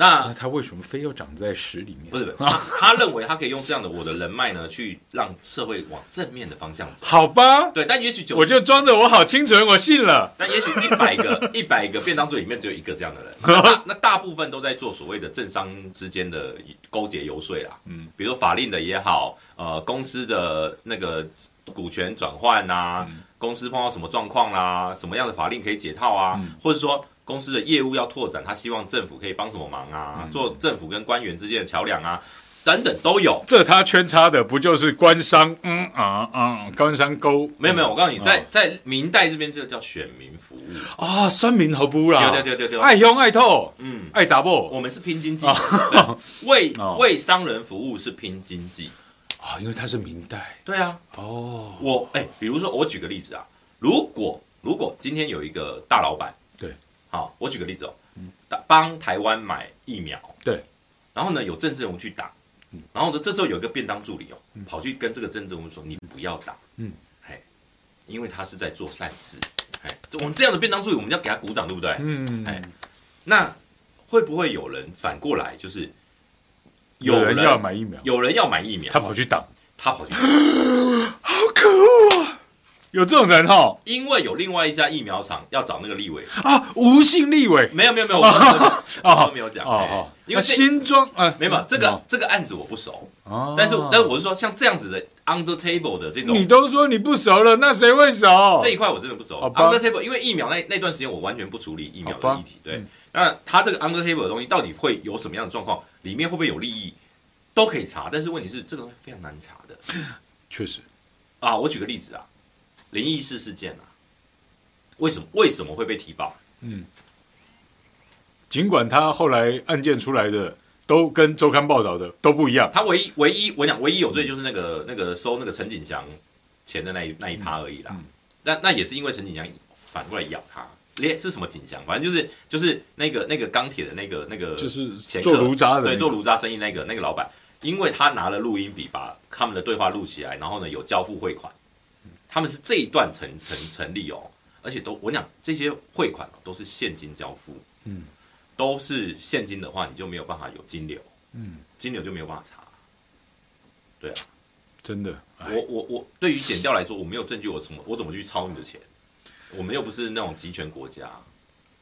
那那他为什么非要长在屎里面？啊不是 不是他他认为他可以用这样的我的人脉呢，去让社会往正面的方向走。好吧，对，但也许九我，就装着我好清纯，我信了，但也许一百个一百个便当助理里面只有一个这样的人，那大那大部分都在做所谓的政商之间的勾结游说啦，嗯，比如说法令的也好，呃，公司的那个股权转换啊，公司碰到什么状况啦，什么样的法令可以解套啊，或者说公司的业务要拓展，他希望政府可以帮什么忙啊，做政府跟官员之间的桥梁啊，等等都有。这他圈插的不就是官商？嗯啊啊，官商勾没有没有，我告诉你，哦在在明代这边就叫选民服务，啊，哎酸民头不啦，对对对对对爱凶爱透，嗯，爱杂不我们是拼经济的，对 为哦为商人服务是拼经济，啊，因为他是明代对啊，哦，我哎、比如说我举个例子啊，如果如果今天有一个大老板，对，好，我举个例子哦，打帮台湾买疫苗，对，嗯然后呢有政治人物去打，然后呢这时候有一个便当助理哦，跑去跟这个政治人物说你不要打，嗯，嘿，因为他是在做善事，嘿，这我们这样的便当助理我们要给他鼓掌，对不对？嗯，哎那会不会有人反过来就是有人人要买疫苗，有人要买疫苗，他跑去挡，他跑去买，好可恶啊！有这种人哦因为有另外一家疫苗厂要找那 个立委。啊，无姓立委没有没有没有，我刚刚我都没有讲，哦哦哎，因那为这新装啊，没有嘛这个哦，这个案子我不熟，哦但是但是我是说像这样子的 under table 的这种你都说你不熟了，那谁会熟？这一块我真的不熟好吧，under table 因为疫苗那那段时间我完全不处理疫苗哦好的吧议题，对，那它这个 under table 的东西到底会有什么样的状况，里面会不会有利益，都可以查，但是问题是这个东西非常难查的确实，啊，我举个例子啊，灵异事事件啊，为什么为什么会被提报？尽管他后来案件出来的都跟周刊报道的都不一样，他唯一唯一我讲唯一有罪就是那个那个收那个陈景祥钱的那一那一趴而已嗯啦。那那也是因为陈景祥反过来咬他，连是什么景祥，反正就是就是那个那个钢铁的那个那个就是前做客炉渣的那对个做炉渣生意那个那个老板，因为他拿了录音笔把他们的对话录起来，然后呢有交付汇款，他们是这一段成成成立哦，而且都我讲这些汇款、哦、都是现金交付，嗯，都是现金的话你就没有办法有金流，嗯，金流就没有办法查。真的，哎我我我对于减掉来说，我没有证据，我怎么我怎么去抄你的钱？我们又不是那种集权国家，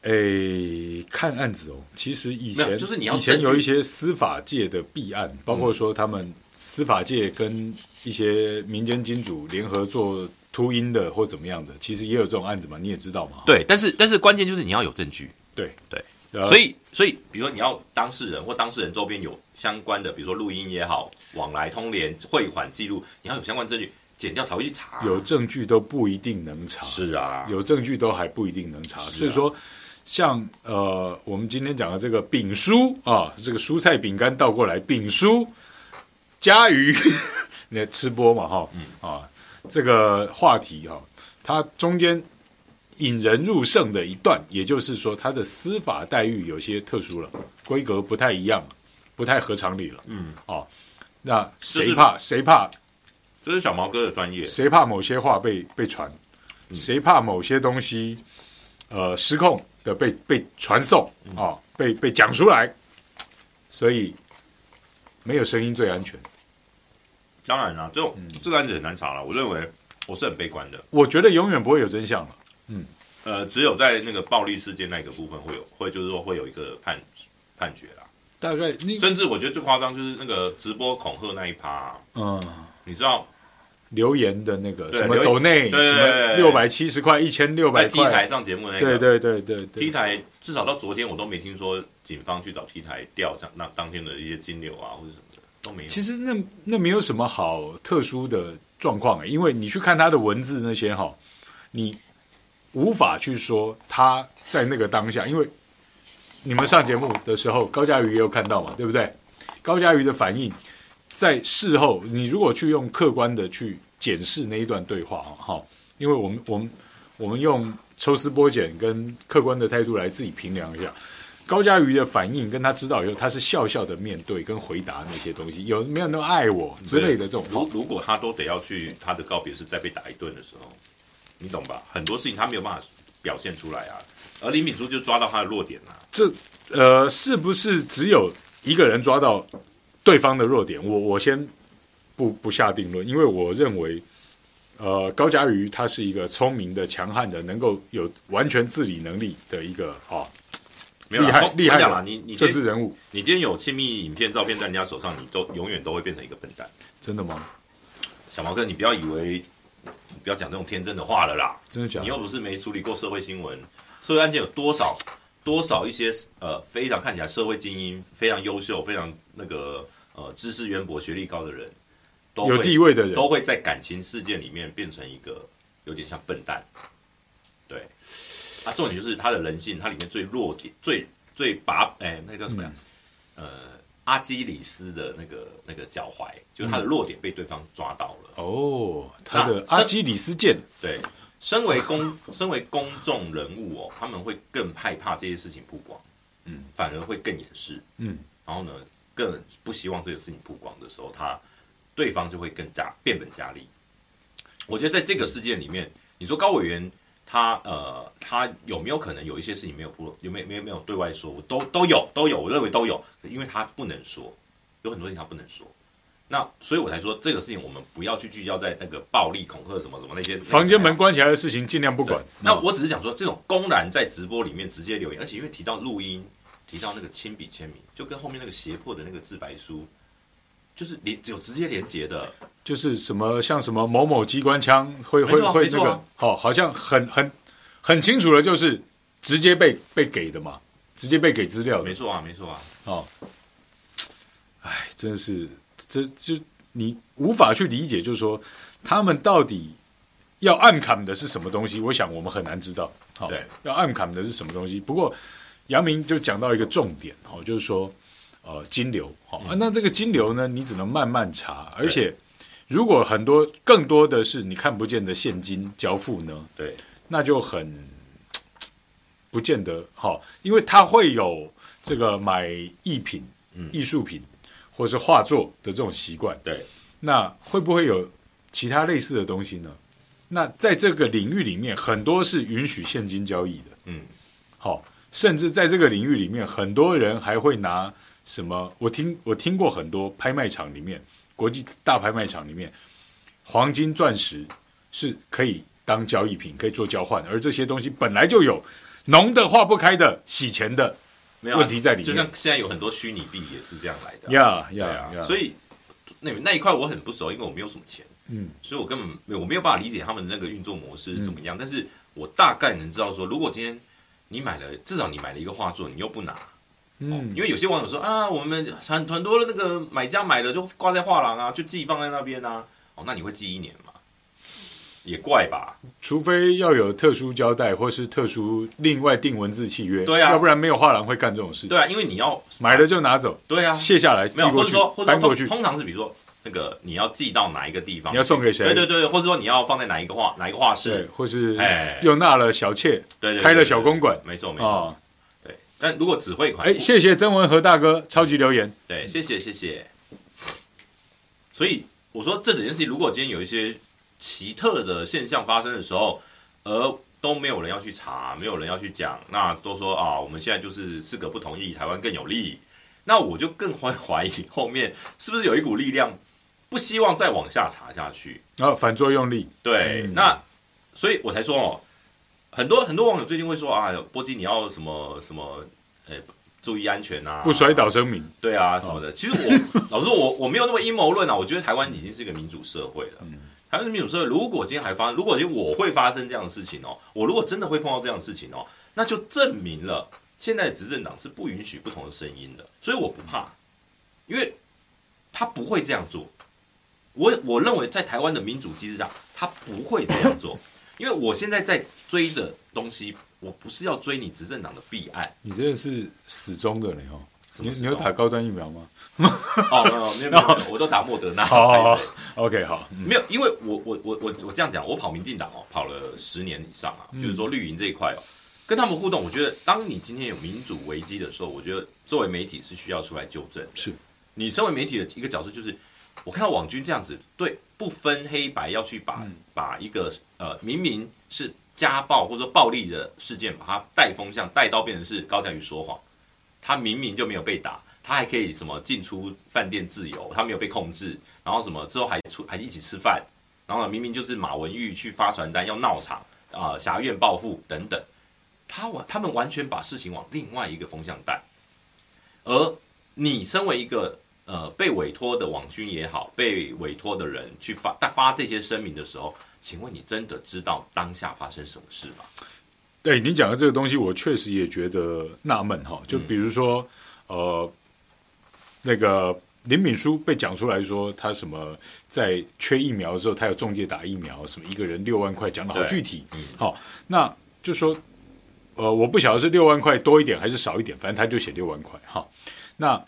诶，看案子哦，其实以没前有就是你要以前证据嗯有一些司法界的弊案，包括说他们司法界跟一些民间金主联合做秃鹰的或怎么样的，其实也有这种案子嘛，你也知道嘛。对，但是但是关键就是你要有证据，对对，呃所以所以比如说你要当事人或当事人周边有相关的，比如说录音也好，往来通联、汇款记录，你要有相关证据，减掉才会去查。呃有证据都不一定能查，是啊，有证据都还不一定能查。是啊所以说，像呃，我们今天讲的这个饼酥啊，这个蔬菜饼干倒过来，饼酥加鱼， 你来吃播嘛嗯哈，啊，这个话题哈、它中间引人入胜的一段，也就是说，它的司法待遇有些特殊了，规格不太一样，不太合常理了。嗯，哦，那就谁是怕谁怕这是小毛哥的专业，谁怕某些话被被传，嗯谁怕某些东西呃失控的被被传送嗯啊、哦被被讲出来，所以没有声音最安全。当然啦、这种、嗯这个案子很难查了，我认为我是很悲观的。我觉得永远不会有真相了。呃，只有在那个暴力事件那个部分会有，会就是说会有一个判判决啦。大概你甚至我觉得最夸张就是那个直播恐吓那一趴、啊嗯。你知道留言的那个对什么留言抖内对什么六百七十块一千六在百 T 台块，上节目那对个对对对 T 对，台，至少到昨天我都没听说警方去找 T 台调上那当天的一些金流啊或者什么的都没有。其实那那没有什么好特殊的状况、欸，因为你去看他的文字那些哈，你无法去说他在那个当下，因为你们上节目的时候，高佳瑜也有看到嘛，对不对？高佳瑜的反应，在事后你如果去用客观的去检视那一段对话啊，哈，因为我们我们我们用抽丝剥茧跟客观的态度来自己评量一下。高佳瑜的反应跟他知道以后，他是笑笑的面对跟回答那些东西，有没有那么爱我之类的这种话如。如果他都得要去他的告别是在被打一顿的时候，你懂吧？很多事情他没有办法表现出来啊。而林敏珠就抓到他的弱点啦、啊这呃，是不是只有一个人抓到对方的弱点？我我先不不下定论，因为我认为，呃，高佳瑜他是一个聪明的、强悍的，能够有完全自理能力的一个啊、没有啦厉害我厉害啊我讲了啦，你你今政治天人物，你今天有亲密影片照片在人家手上，你都永远都会变成一个笨蛋。真的吗？小毛哥，你不要以为你不要讲这种天真的话了啦。真的假你的又？不是没处理过社会新闻，社会案件有多少多少一些呃非常看起来社会精英、非常优秀、非常那个呃知识渊博、学历高的人，都会有地位的人，都会在感情事件里面变成一个有点像笨蛋。对，啊，重点就是他的人性，他里面最弱点、最最拔哎，那个叫什么呀？嗯呃，阿基里斯的那个那个脚踝，就是他的弱点被对方抓到了。哦，他的那阿基里斯腱对，身为公 身为公众人物哦，他们会更害怕这些事情曝光，嗯，反而会更掩饰，嗯，然后呢，更不希望这个事情曝光的时候，他对方就会更加变本加厉。我觉得在这个事件里面，你说高委员他呃他有没有可能有一些事情没有曝，有没有没有没有对外说，我都都有都有，我认为都有，因为他不能说，有很多事情他不能说。那所以我才说这个事情，我们不要去聚焦在那个暴力恐吓什么什么那些房间门关起来的事情尽量不管嗯对。那我只是想说，这种公然在直播里面直接留言，而且因为提到录音，提到那个亲笔签名，就跟后面那个胁迫的那个自白书，就是连有直接连接的，就是什么像什么某某机关枪会没会错啊会没这错个啊，好、好像很很很清楚的，就是直接被被给的嘛，直接被给资料的没，错啊，没错啊，哦，哎，真的是，这就你无法去理解，就是说他们到底要暗砍的是什么东西？我想我们很难知道。好、对要暗砍的是什么东西？不过杨明就讲到一个重点，哦，就是说，呃，金流，好、啊那这个金流呢，你只能慢慢查，而且如果很多更多的是你看不见的现金交付呢，对，那就很不见得哈、因为它会有这个买艺品、嗯艺术品或是画作的这种习惯。对，那会不会有其他类似的东西呢？那在这个领域里面，很多是允许现金交易的。嗯，好、甚至在这个领域里面，很多人还会拿什么？我听我听过很多拍卖场里面，国际大拍卖场里面，黄金、钻石是可以当交易品，可以做交换，而这些东西本来就有浓的化不开的、洗钱的，没有啊问题在里面就像现在有很多虚拟币也是这样来的呀啊，对呀啊呀！所以那那一块我很不熟，因为我没有什么钱，嗯，所以我根本没有我没有办法理解他们那个运作模式是怎么嗯样，但是我大概能知道说，如果今天你买了，至少你买了一个画作，你又不拿，嗯，哦因为有些网友说啊，我们很很多的那个买家买了就挂在画廊啊，就自己放在那边啊，哦，那你会记一年吗？也怪吧，除非要有特殊交代，或是特殊另外定文字契约，对啊要不然没有画廊会干这种事。对啊，因为你要买了就拿走，对啊，卸下来寄没有，或过者去说，或，者搬说过去通，通常是比如说那个你要寄到哪一个地方，你要送给谁？对对对，或者说你要放在哪一个画哪一个画对室，，或是哎又纳了小妾，对对，对开了小公馆，没错没错，啊！对。但如果只汇款，哎，谢谢曾文和大哥超级留言，对，谢谢谢谢。所以我说这整件事情，如果今天有一些奇特的现象发生的时候，而都没有人要去查，没有人要去讲，那都说啊，我们现在就是四个不同意，台湾更有利。那我就更怀怀疑后面是不是有一股力量不希望再往下查下去。然后哦反作用力，对，嗯那所以我才说哦，很多很多网友最近会说啊，波基你要什么什么，呃、注意安全啊，不摔倒声明，对啊，什么的。其实我 老实说，我我没有那么阴谋论啊。我觉得台湾已经是一个民主社会了。嗯台湾是民主社会，如果今天还发生，如果今天我会发生这样的事情哦，我如果真的会碰到这样的事情哦，那就证明了现在的执政党是不允许不同的声音的。所以我不怕，因为他不会这样做。我我认为在台湾的民主机制上，他不会这样做。因为我现在在追的东西，我不是要追你执政党的弊案你真的是死忠的嘞哦。什你么死忠你有打高端疫苗吗？哦，没有没有没有，没有我都打莫德纳。好好拍好谁，OK，好，嗯没有，因为我我我我我这样讲，我跑民进党哦，跑了十年以上啊，就是说绿营这一块哦，跟他们互动，我觉得当你今天有民主危机的时候，我觉得作为媒体是需要出来纠正的。是你身为媒体的一个角色，就是我看到网军这样子，对不分黑白要去把、把一个呃明明是家暴或者说暴力的事件，把它带风向带到变成是高嘉瑜说谎，他明明就没有被打。他还可以什么进出饭店自由，他没有被控制，然后什么之后还出还一起吃饭，然后呢，明明就是马文玉去发传单要闹场啊、呃侠院报复等等，他完他们完全把事情往另外一个风向带，而你身为一个呃被委托的网军也好，被委托的人去发发这些声明的时候，请问你真的知道当下发生什么事吗？对你讲的这个东西，我确实也觉得纳闷哈。就比如说，呃，那个林敏书被讲出来说他什么在缺疫苗的时候，他有中介打疫苗，什么一个人六万块，讲的好对具体。好、那就说，呃，我不晓得是六万块多一点还是少一点，反正他就写六万块哈。那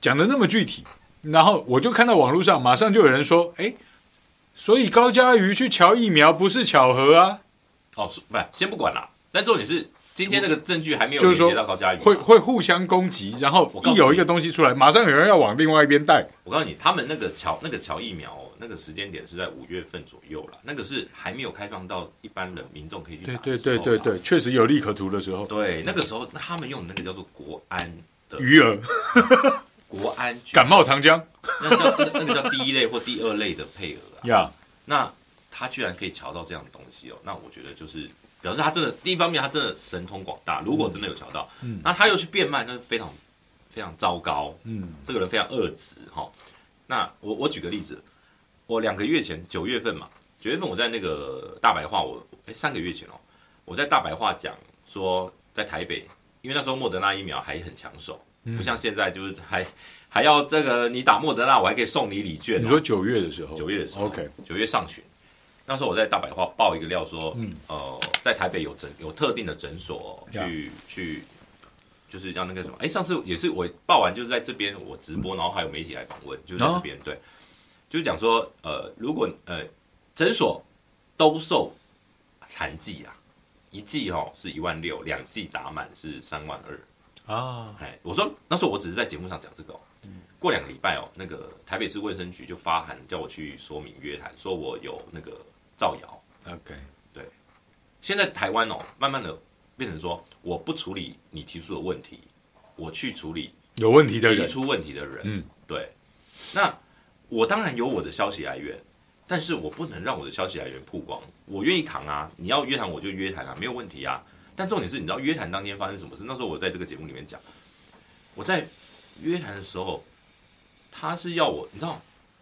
讲的那么具体，然后我就看到网络上马上就有人说，哎，所以高嘉瑜去瞧疫苗不是巧合啊。哦，是不是先不管啦，但重点是今天那个证据还没有就是连说接到高嘉瑜嘛，会会互相攻击，然后我告诉一你有一个东西出来，马上有人要往另外一边带。我告诉你，他们那个桥那个桥疫苗、哦、那个时间点是在五月份左右了，那个是还没有开放到一般人民众可以去打对的对时候对啦对对，确实有利可图的时候。对，那个时候那他们用的那个叫做国安的鱼饵、国安局感冒糖 浆那个叫那个叫第一类或第二类的配额啊，呀，那他居然可以瞧到这样的东西哦，那我觉得就是表示他真的第一方面他真的神通广大，如果真的有瞧到，嗯那他又去变卖，那是非常非常糟糕，嗯，这个人非常恶质哈、那我我举个例子，我两个月前九月份嘛，九月份我在那个大白话我，哎三个月前哦，我在大白话讲说在台北，因为那时候莫德纳疫苗还很抢手，嗯不像现在就是还还要这个你打莫德纳我还可以送你礼券、哦。你说九月的时候，九月的时候 OK，九月上旬，那时候我在大白话报一个料说，嗯呃，在台北有诊有特定的诊所去 Yeah 去，就是让那个什么，哎、上次也是我报完就是在这边我直播，然后还有媒体来访问，就是在这边、对，就是讲说，呃，如果呃诊所兜售残剂啊，一剂哦是一万六，两剂打满是三万二，啊，哎，我说那时候我只是在节目上讲这个、哦。过两个礼拜哦，那个台北市卫生局就发函叫我去说明约谈，说我有那个造谣。 OK，现在台湾哦，慢慢的变成说我不处理你提出的问题，我去处理有问题的提人，出问题的人。嗯，对。那我当然有我的消息来源，但是我不能让我的消息来源曝光。我愿意扛啊，你要约谈我就约谈啊，没有问题啊。但重点是，你知道约谈当天发生什么事？那时候我在这个节目里面讲，我在约谈的时候，他是要我，你知道，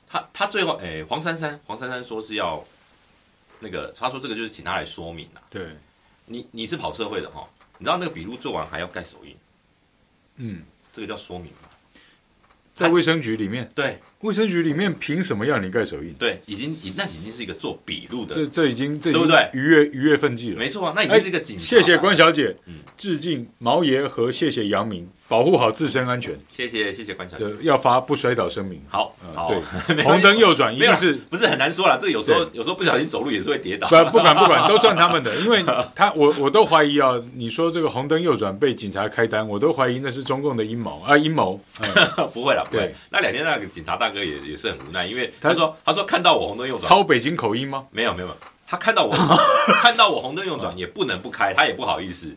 他他最后，哎、黄珊珊，黄珊珊说是要那个，他说这个就是请他来说明啊。对，你你是跑社会的哈，你知道那个笔录做完还要盖手印，嗯，这个叫说明嘛？在卫生局里面，对卫生局里面凭什么要你盖手印？对，已经已那已经是一个做笔录的这这已经这已对经不对逾越逾越分际了。没错啊，那已经是一个警察。哎谢谢关小姐嗯，致敬毛爷和谢谢杨明，保护好自身安全，谢谢谢谢关小姐。对，要发不摔倒声明。好，呃好，对，哎 没关红系灯右转一没定有啦是不是很难说啦，这个有时候有时候不小心走路也是会跌倒。 不不管不管，都算他们的， 因为他我我都怀疑啊，你说这个红灯右转被警察开单，我都怀疑那是中共的阴谋啊阴谋。嗯不会啦，不会对。那两天那个警察大哥也也是很无奈，因为他他说他说看到我红灯右转，抄北京口音吗？没有没有，没嗯有， 他看到我看到我红灯右转也不能不开，他也不好意思。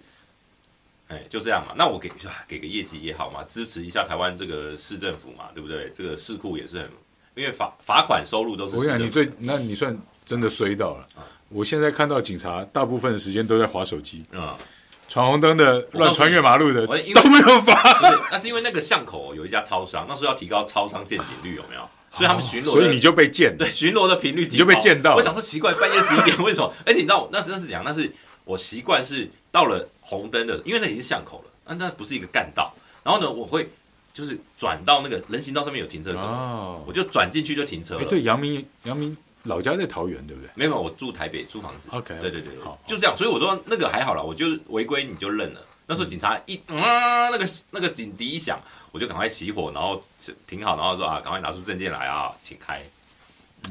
哎，就这样嘛。那我给啊给个业绩也好嘛，支持一下台湾这个市政府嘛，对不对？这个市库也是很，因为罚罚款收入都是我市想政你府最，那你算真的衰到了。我现在看到警察大部分时间都在划手机，嗯。闯红灯的、你乱穿越马路的我因为都没有罚，不是，那是因为那个巷口有一家超商，那时候要提高超商见警率，有没有？所以他们巡逻的，所以你就被见了。对巡逻的频率极你就被高见到了我想说奇怪，半夜十一点为什么？而且你知道我那时候是讲，那是我习惯是到了红灯的，因为那已经是巷口了，那那不是一个干道。然后呢，我会就是转到那个人行道上面有停车格，哦我，就转进去就停车了。哎，对，杨明杨明老家在桃园，对不对？没有，没有，我住台北租房子。 OK，对对对，好就这样。所以我说那个还好啦，我就是违规你就认了。那时候警察一嗯啊，那个那个警笛一响，我就赶快熄火，然后停好，然后说啊，赶快拿出证件来啊，请开。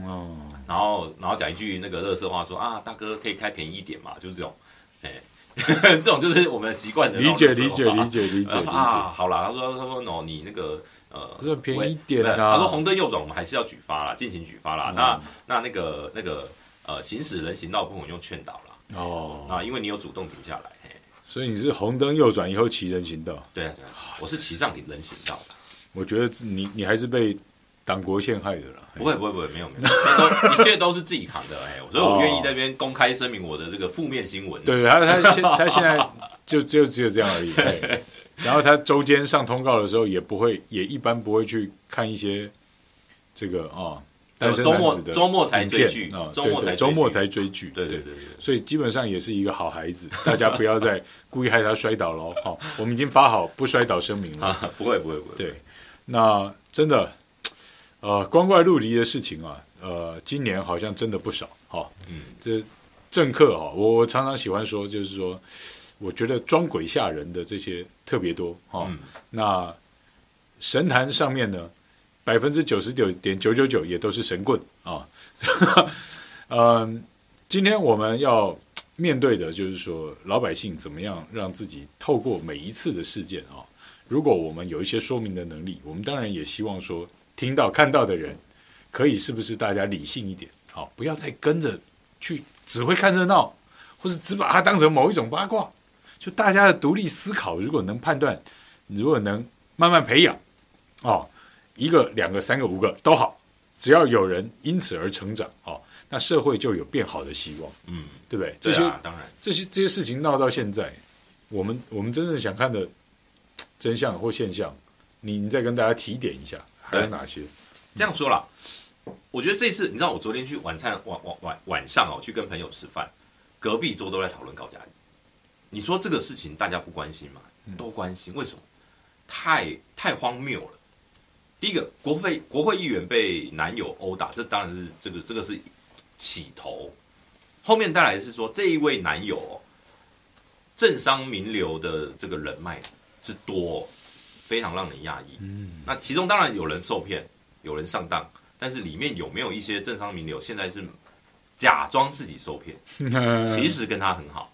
哦，然后然后讲一句那个乐色话说啊，大哥可以开便宜一点嘛，就是这种，哎、这种就是我们习惯的理解那种理垃圾解话理解理解然理后说解啊，，好啦，他说他说 no，你那个呃，这便宜一点喂啊他说红灯右转，我们还是要举发啦，进行举发啦。嗯那那那个那个呃，行驶人行道不能用劝导啦，哦，啊，因为你有主动停下来。嘿所以你是红灯右转以后骑人行道。对啊对啊，我是骑上你人行道的，我觉得你你还是被党国陷害的啦。不会不会不会，没有没有，这都一切都是自己扛的哎，所以我哦愿意在这边公开声明我的这个负面新闻。对，然后他现他现在就就只有这样而已。 嘿然后他周间上通告的时候，也不会，也一般不会去看一些这个啊、哦单身周男末子的周末才追剧影片啊，周末对才对周末追才追剧，对对对对所以基本上也是一个好孩子，大家不要再故意害他摔倒喽。好、我们已经发好不摔倒声明了。啊，不会不会不会，对，那真的，呃，光怪陆离的事情啊，呃，今年好像真的不少。哈、嗯，这政客哈、我我常常喜欢说，就是说，我觉得装鬼吓人的这些特别多。哈、嗯那神坛上面呢，百分之九十九点九九九也都是神棍啊。 嗯，今天我们要面对的就是说，老百姓怎么样让自己透过每一次的事件啊，如果我们有一些说明的能力，我们当然也希望说，听到看到的人，可以是不是大家理性一点，好、不要再跟着去只会看热闹，或是只把它当成某一种八卦。就大家的独立思考，如果能判断，如果能慢慢培养，哦，一个、两个、三个、五个都好，只要有人因此而成长，哦，那社会就有变好的希望，嗯，对不对？这对些、啊，当然，这些这些事情闹到现在，我们我们真正想看的真相或现象，你你再跟大家提点一下，还有对哪些？这样说啦，我觉得这次你知道，我昨天去晚餐晚晚晚晚上哦，去跟朋友吃饭，隔壁桌都在讨论高嘉瑜。你说这个事情大家不关心吗？都关心，为什么？太太荒谬了。第一个，国会国会议员被男友殴打，这当然是这个这个是起头，后面带来的是说这一位男友、哦、政商名流的这个人脉之多哦、非常让人讶异。嗯，那其中当然有人受骗，有人上当，但是里面有没有一些政商名流现在是假装自己受骗，其实跟他很好？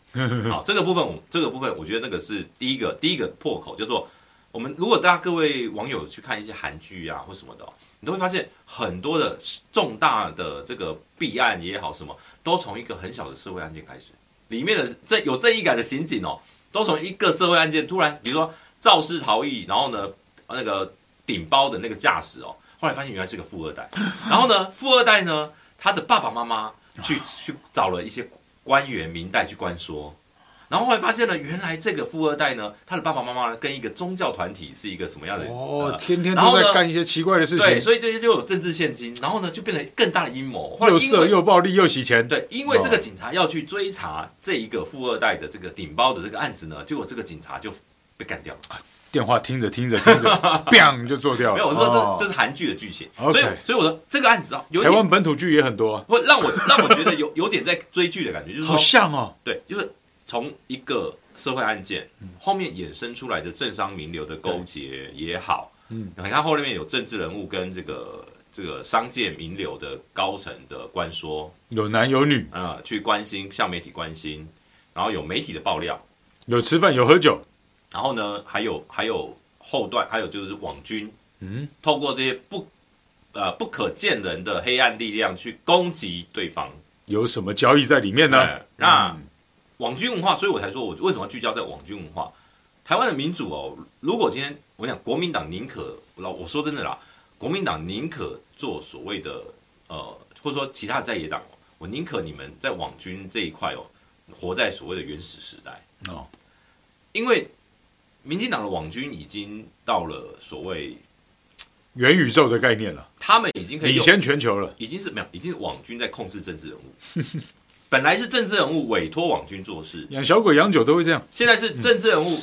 好，这个部分我这个部分我觉得那个是第一个第一个破口，就是说我们如果大家各位网友去看一些韩剧啊或什么的哦、你都会发现很多的重大的这个弊案也好，什么都从一个很小的社会案件开始，里面的这有正义感的刑警哦，都从一个社会案件突然，比如说肇事逃逸，然后呢呃那个顶包的那个驾驶哦，后来发现原来是个富二代，然后呢富二代呢他的爸爸妈妈去去找了一些官员明代去关说。然后后来发现呢，原来这个富二代呢，他的爸爸妈妈呢跟一个宗教团体是一个什么样的哦呃，天天然都后呢在干一些奇怪的事对，情，所以这些就有政治现金，然后呢就变成更大的阴谋。后来又因色为又暴力又洗钱，对，因为这个警察要去追查这一个富二代的这个顶包的这个案子呢，结果这个警察就被干掉了。电话听着听着 听着，biang 就做掉了。没有，我说这、哦这是韩剧的剧情， OK 所以所以我说这个案子啊，有台点湾本土剧也很多，啊会让我让我觉得有有点在追剧的感觉，就是好说像哦，对，就是从一个社会案件嗯后面衍生出来的政商名流的勾结也好，嗯嗯，你看后面有政治人物跟这个这个商界名流的高层的官说，有男有女，呃，去关心向媒体关心，然后有媒体的爆料，有吃饭有喝酒，然后呢，还有还有后段，还有就是网军，嗯，透过这些不呃不可见人的黑暗力量去攻击对方。有什么交易在里面呢？哎嗯那网军文化，所以我才说我为什么要聚焦在网军文化。台湾的民主哦，如果今天我讲国民党宁可老，我说真的啦，国民党宁可做所谓的呃，或者说其他的在野党哦，我宁可你们在网军这一块哦，活在所谓的原始时代。哦，因为民进党的网军已经到了所谓，元宇宙的概念了，他们已经可以领有先全球了。已经是没有，已经是网军在控制政治人物。 本来是政治人物委托网军做事，养小狗养酒都会这样，现在是政治人物，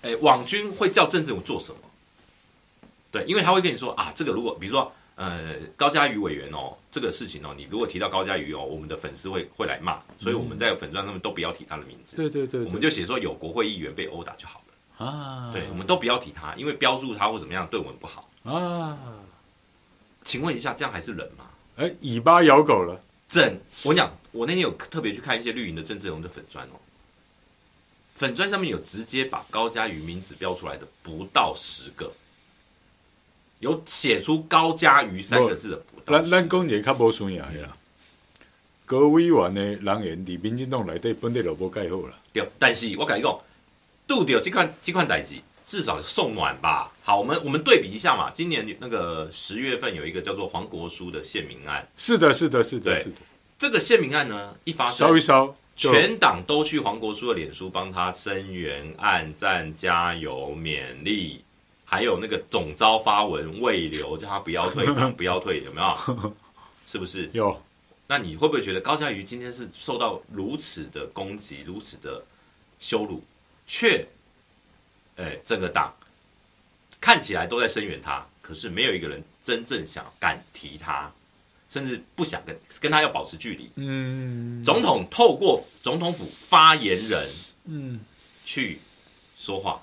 哎、网军会叫政治人物做什么？对，因为他会跟你说啊，这个如果比如说呃高嘉瑜委员哦，这个事情哦，你如果提到高嘉瑜哦，我们的粉丝会会来骂，所以我们在粉专上面都不要提他的名字，对对对我们就写说有国会议员被殴打就好了。啊对，我们都不要提他，因为标注他或怎么样对我们不好。啊，请问一下，这样还是人吗？哎，尾巴咬狗了，整，我跟你讲，我那天有特别去看一些绿营的郑志龙的粉砖哦，粉砖上面有直接把高嘉瑜名字标出来的不到十个，有写出高嘉瑜三个字的不到咱十咱讲一个较无顺眼的啦。各委员的人员伫民进党内底本地就无盖好啦，对，但是我跟你讲，杜掉这款这款代志，至少送暖吧。好，我们我们对比一下嘛，今年那个十月份有一个叫做黄国书的县民案，是的，是的，是的，对是的，这个县民案呢一发生烧一，烧，就全党都去黄国书的脸书帮他声援、暗赞、加油、勉励，还有那个总招发文慰留，叫他不要退党，不要退，有没有？是不是？有那你会不会觉得高嘉瑜今天是受到如此的攻击、如此的羞辱，却，哎，整个党看起来都在声援他，可是没有一个人真正想敢提他，甚至不想跟跟他要保持距离。嗯总统透过总统府发言人嗯去说话。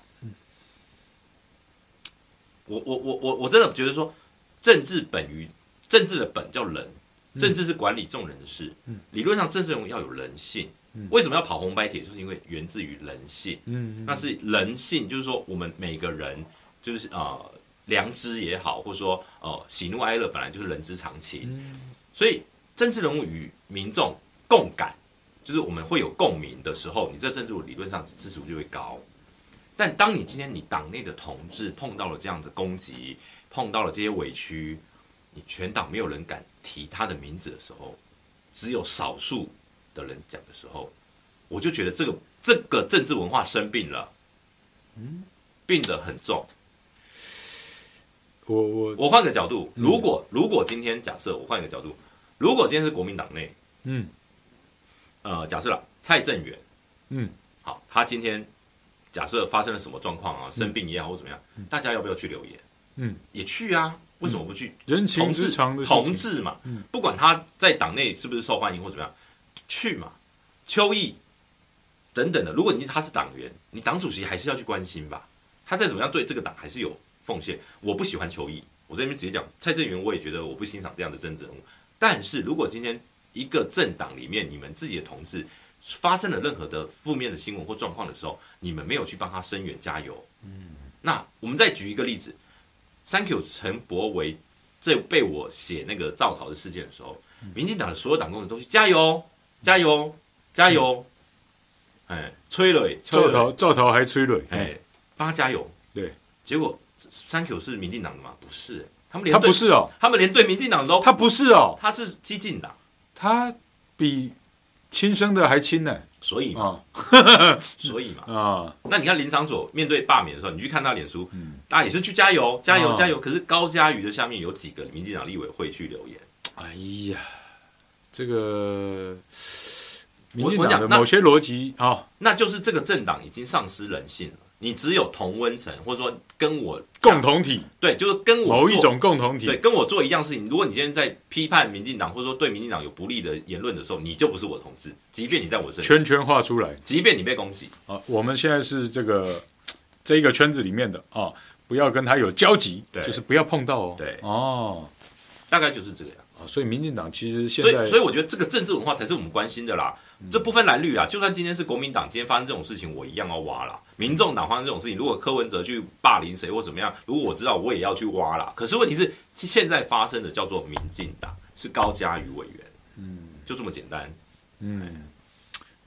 我我我我我真的觉得说，政治本于政治的本叫人，政治是管理众人的事。理论上，政治人要有人性。为什么要跑红白帖？就是因为源自于人性。嗯那是人性，就是说我们每个人就是呃良知也好，或者说呃喜怒哀乐本来就是人之常情。嗯所以政治人物与民众共感，就是我们会有共鸣的时候，你这政治理论上支持度就会高。但当你今天你党内的同志碰到了这样的攻击，碰到了这些委屈，你全党没有人敢提他的名字的时候，只有少数的人讲的时候，我就觉得这个这个政治文化生病了，病得很重。我我我换个角度，如果如果今天假设我换一个角度，如果今天是国民党内，嗯呃，假设啦，蔡正元，嗯，好，他今天假设发生了什么状况啊，生病也好或怎么样，大家要不要去留言？嗯，也去啊，为什么不去？人情同之志常的事情嗯同志嘛，不管他在党内是不是受欢迎或怎么样，去嘛。邱毅等等的，如果你他是党员，你党主席还是要去关心吧。他再怎么样对这个党还是有奉献。我不喜欢邱毅，我在这边直接讲，蔡正元我也觉得我不欣赏这样的政治人物。但是如果今天一个政党里面你们自己的同志发生了任何的负面的新闻或状况的时候，你们没有去帮他声援加油，嗯，那我们再举一个例子，Thank you 陈柏维这被我写那个造逃的事件的时候，嗯民进党的所有党工人都去加油，加油，加油，嗯哎，催泪，催赵泪，桃赵桃还催泪，哎，帮他加油。嗯对，结果 Thank you 是民进党的吗？不是、他们连他对不，是哦，他们连对民进党都，他不是哦，他是激进党，他比亲生的还亲呢所以嘛，啊所以嘛，啊，那你看林长佐面对罢免的时候，你去看他脸书，大家也是去加油，加油，嗯加油。可是高嘉瑜的下面有几个民进党立委会去留言，哎呀，这个民我进我党讲的那某些逻辑啊，那就是这个政党已经丧失人性了。你只有同温层，或者说跟我共同体对，就是跟我某一做种共同对体，跟我做一样事情。如果你今天在批判民进党，或者说对民进党有不利的言论的时候，你就不是我同志，即便你在我身边，圈圈画出来。即便你被攻击，啊，我们现在是这个这一个圈子里面的啊，不要跟他有交集，对就是不要碰到哦。对哦，大概就是这个样。啊所以民进党其实现所以在，嗯所以我觉得这个政治文化才是我们关心的啦。这不分蓝绿啊，就算今天是国民党，今天发生这种事情，我一样要挖啦。民众党发生这种事情，如果柯文哲去霸凌谁或怎么样，如果我知道，我也要去挖啦。可是问题是，现在发生的叫做民进党，是高嘉瑜委员，嗯，就这么简单。嗯，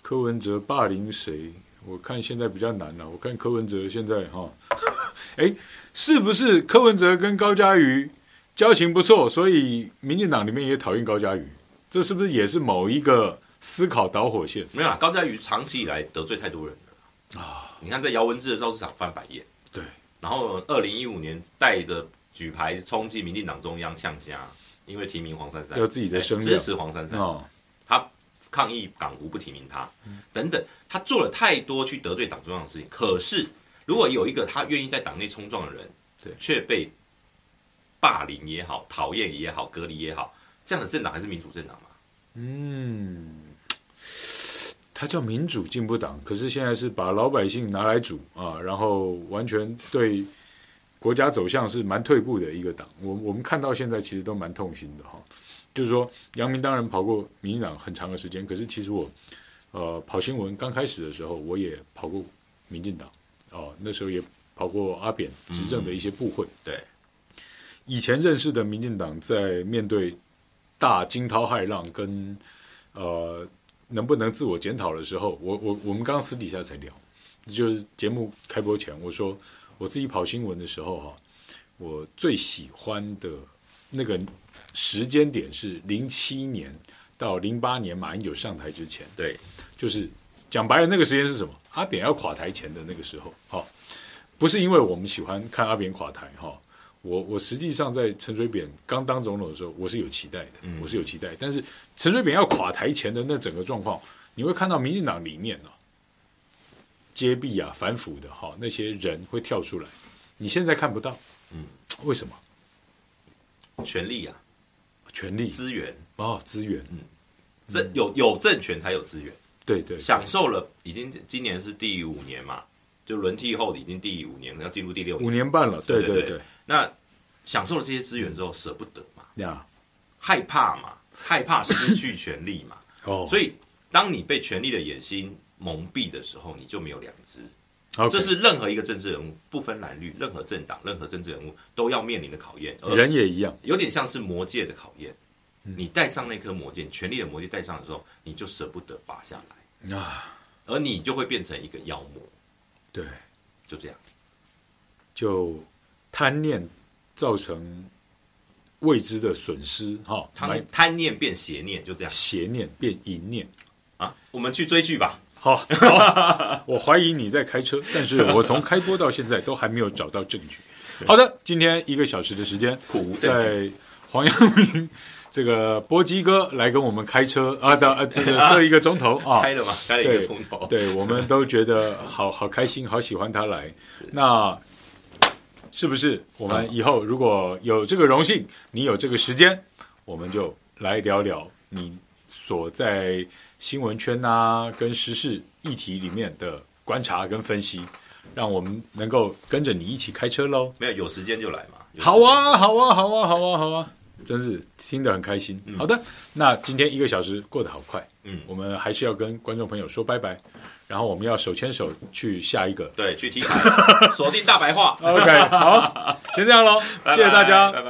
柯文哲霸凌谁？我看现在比较难了、我看柯文哲现在哈， 哎、是不是柯文哲跟高嘉瑜交情不错，所以民进党里面也讨厌高嘉瑜？这是不是也是某一个思考导火线？没有啦，高嘉瑜长期以来得罪太多人了啊！你看，在姚文智的造市场翻白眼，对，然后二零一五年带着举牌冲击民进党中央呛虾，因为提名黄珊珊，要自己的声量支持黄珊珊，哦，他抗议港湖不提名他，等等，他做了太多去得罪党中央的事情。可是，如果有一个他愿意在党内冲撞的人，对却被霸凌也好、讨厌也好、隔离也好，这样的政党还是民主政党嘛？嗯，它叫民主进步党，可是现在是把老百姓拿来煮啊，然后完全对国家走向是蛮退步的一个党。我我们看到现在其实都蛮痛心的哈，就是说杨明当然跑过民进党很长的时间，可是其实我呃跑新闻刚开始的时候，我也跑过民进党哦，那时候也跑过阿扁执政的一些部会。对，以前认识的民进党在面对大惊涛骇浪跟呃能不能自我检讨的时候，我我我们刚私底下才聊，就是节目开播前我说我自己跑新闻的时候哈、我最喜欢的那个时间点是零七年到零八年马英九上台之前，对，就是讲白了，那个时间是什么？阿扁要垮台前的那个时候，哈、不是因为我们喜欢看阿扁垮台，哈、我我实际上在陈水扁刚当总统的时候，我是有期待的，嗯我是有期待。但是陈水扁要垮台前的那整个状况，你会看到民进党里面啊，揭弊啊、反腐的哈、那些人会跳出来，你现在看不到，嗯，为什么？权力啊，权力资源，哦，资源，这有有政权才有资源，对对，享受了已经今年是第五年嘛，就轮替后已经第五年，要进入第六五年。年半了，对对对对对，那享受了这些资源之后，舍不得嘛，呀，害怕嘛，害怕失去权力嘛，哦，所以当你被权力的野心蒙蔽的时候，你就没有良知。以这是任何一个政治人物，不分蓝绿，任何政党、任何政治人物都要面临的考验。而人嗯也一样，有点像是魔戒的考验，你戴上那颗魔剑，权力的魔戒戴上的时候，你就舍不得拔下来啊，而你就会变成一个妖魔，对，就这样。就贪念造成未知的损失，哈、买贪贪念变邪念，就这样邪念变淫念。啊。我们去追剧吧。好，我怀疑你在开车，但是我从开播到现在都还没有找到证据。好的，今天一个小时的时间，苦无证据在黄阳明这个波基哥来跟我们开车啊的呃这个这一个钟头啊，开了嘛，开了一个钟头。对，我们都觉得好 好开心，好喜欢他来。那是不是我们以后如果有这个荣幸，你有这个时间，我们就来聊聊你所在新闻圈啊，跟时事议题里面的观察跟分析，让我们能够跟着你一起开车喽。没有有时间就来嘛。有时间好，啊，好啊，好啊，好啊，好啊，真是听得很开心。好的，那今天一个小时过得好快，嗯。我们还是要跟观众朋友说拜拜，然后我们要手牵手去下一个 对，去 T 台，锁定大白话。 OK，好，先这样喽，谢谢大家，拜拜。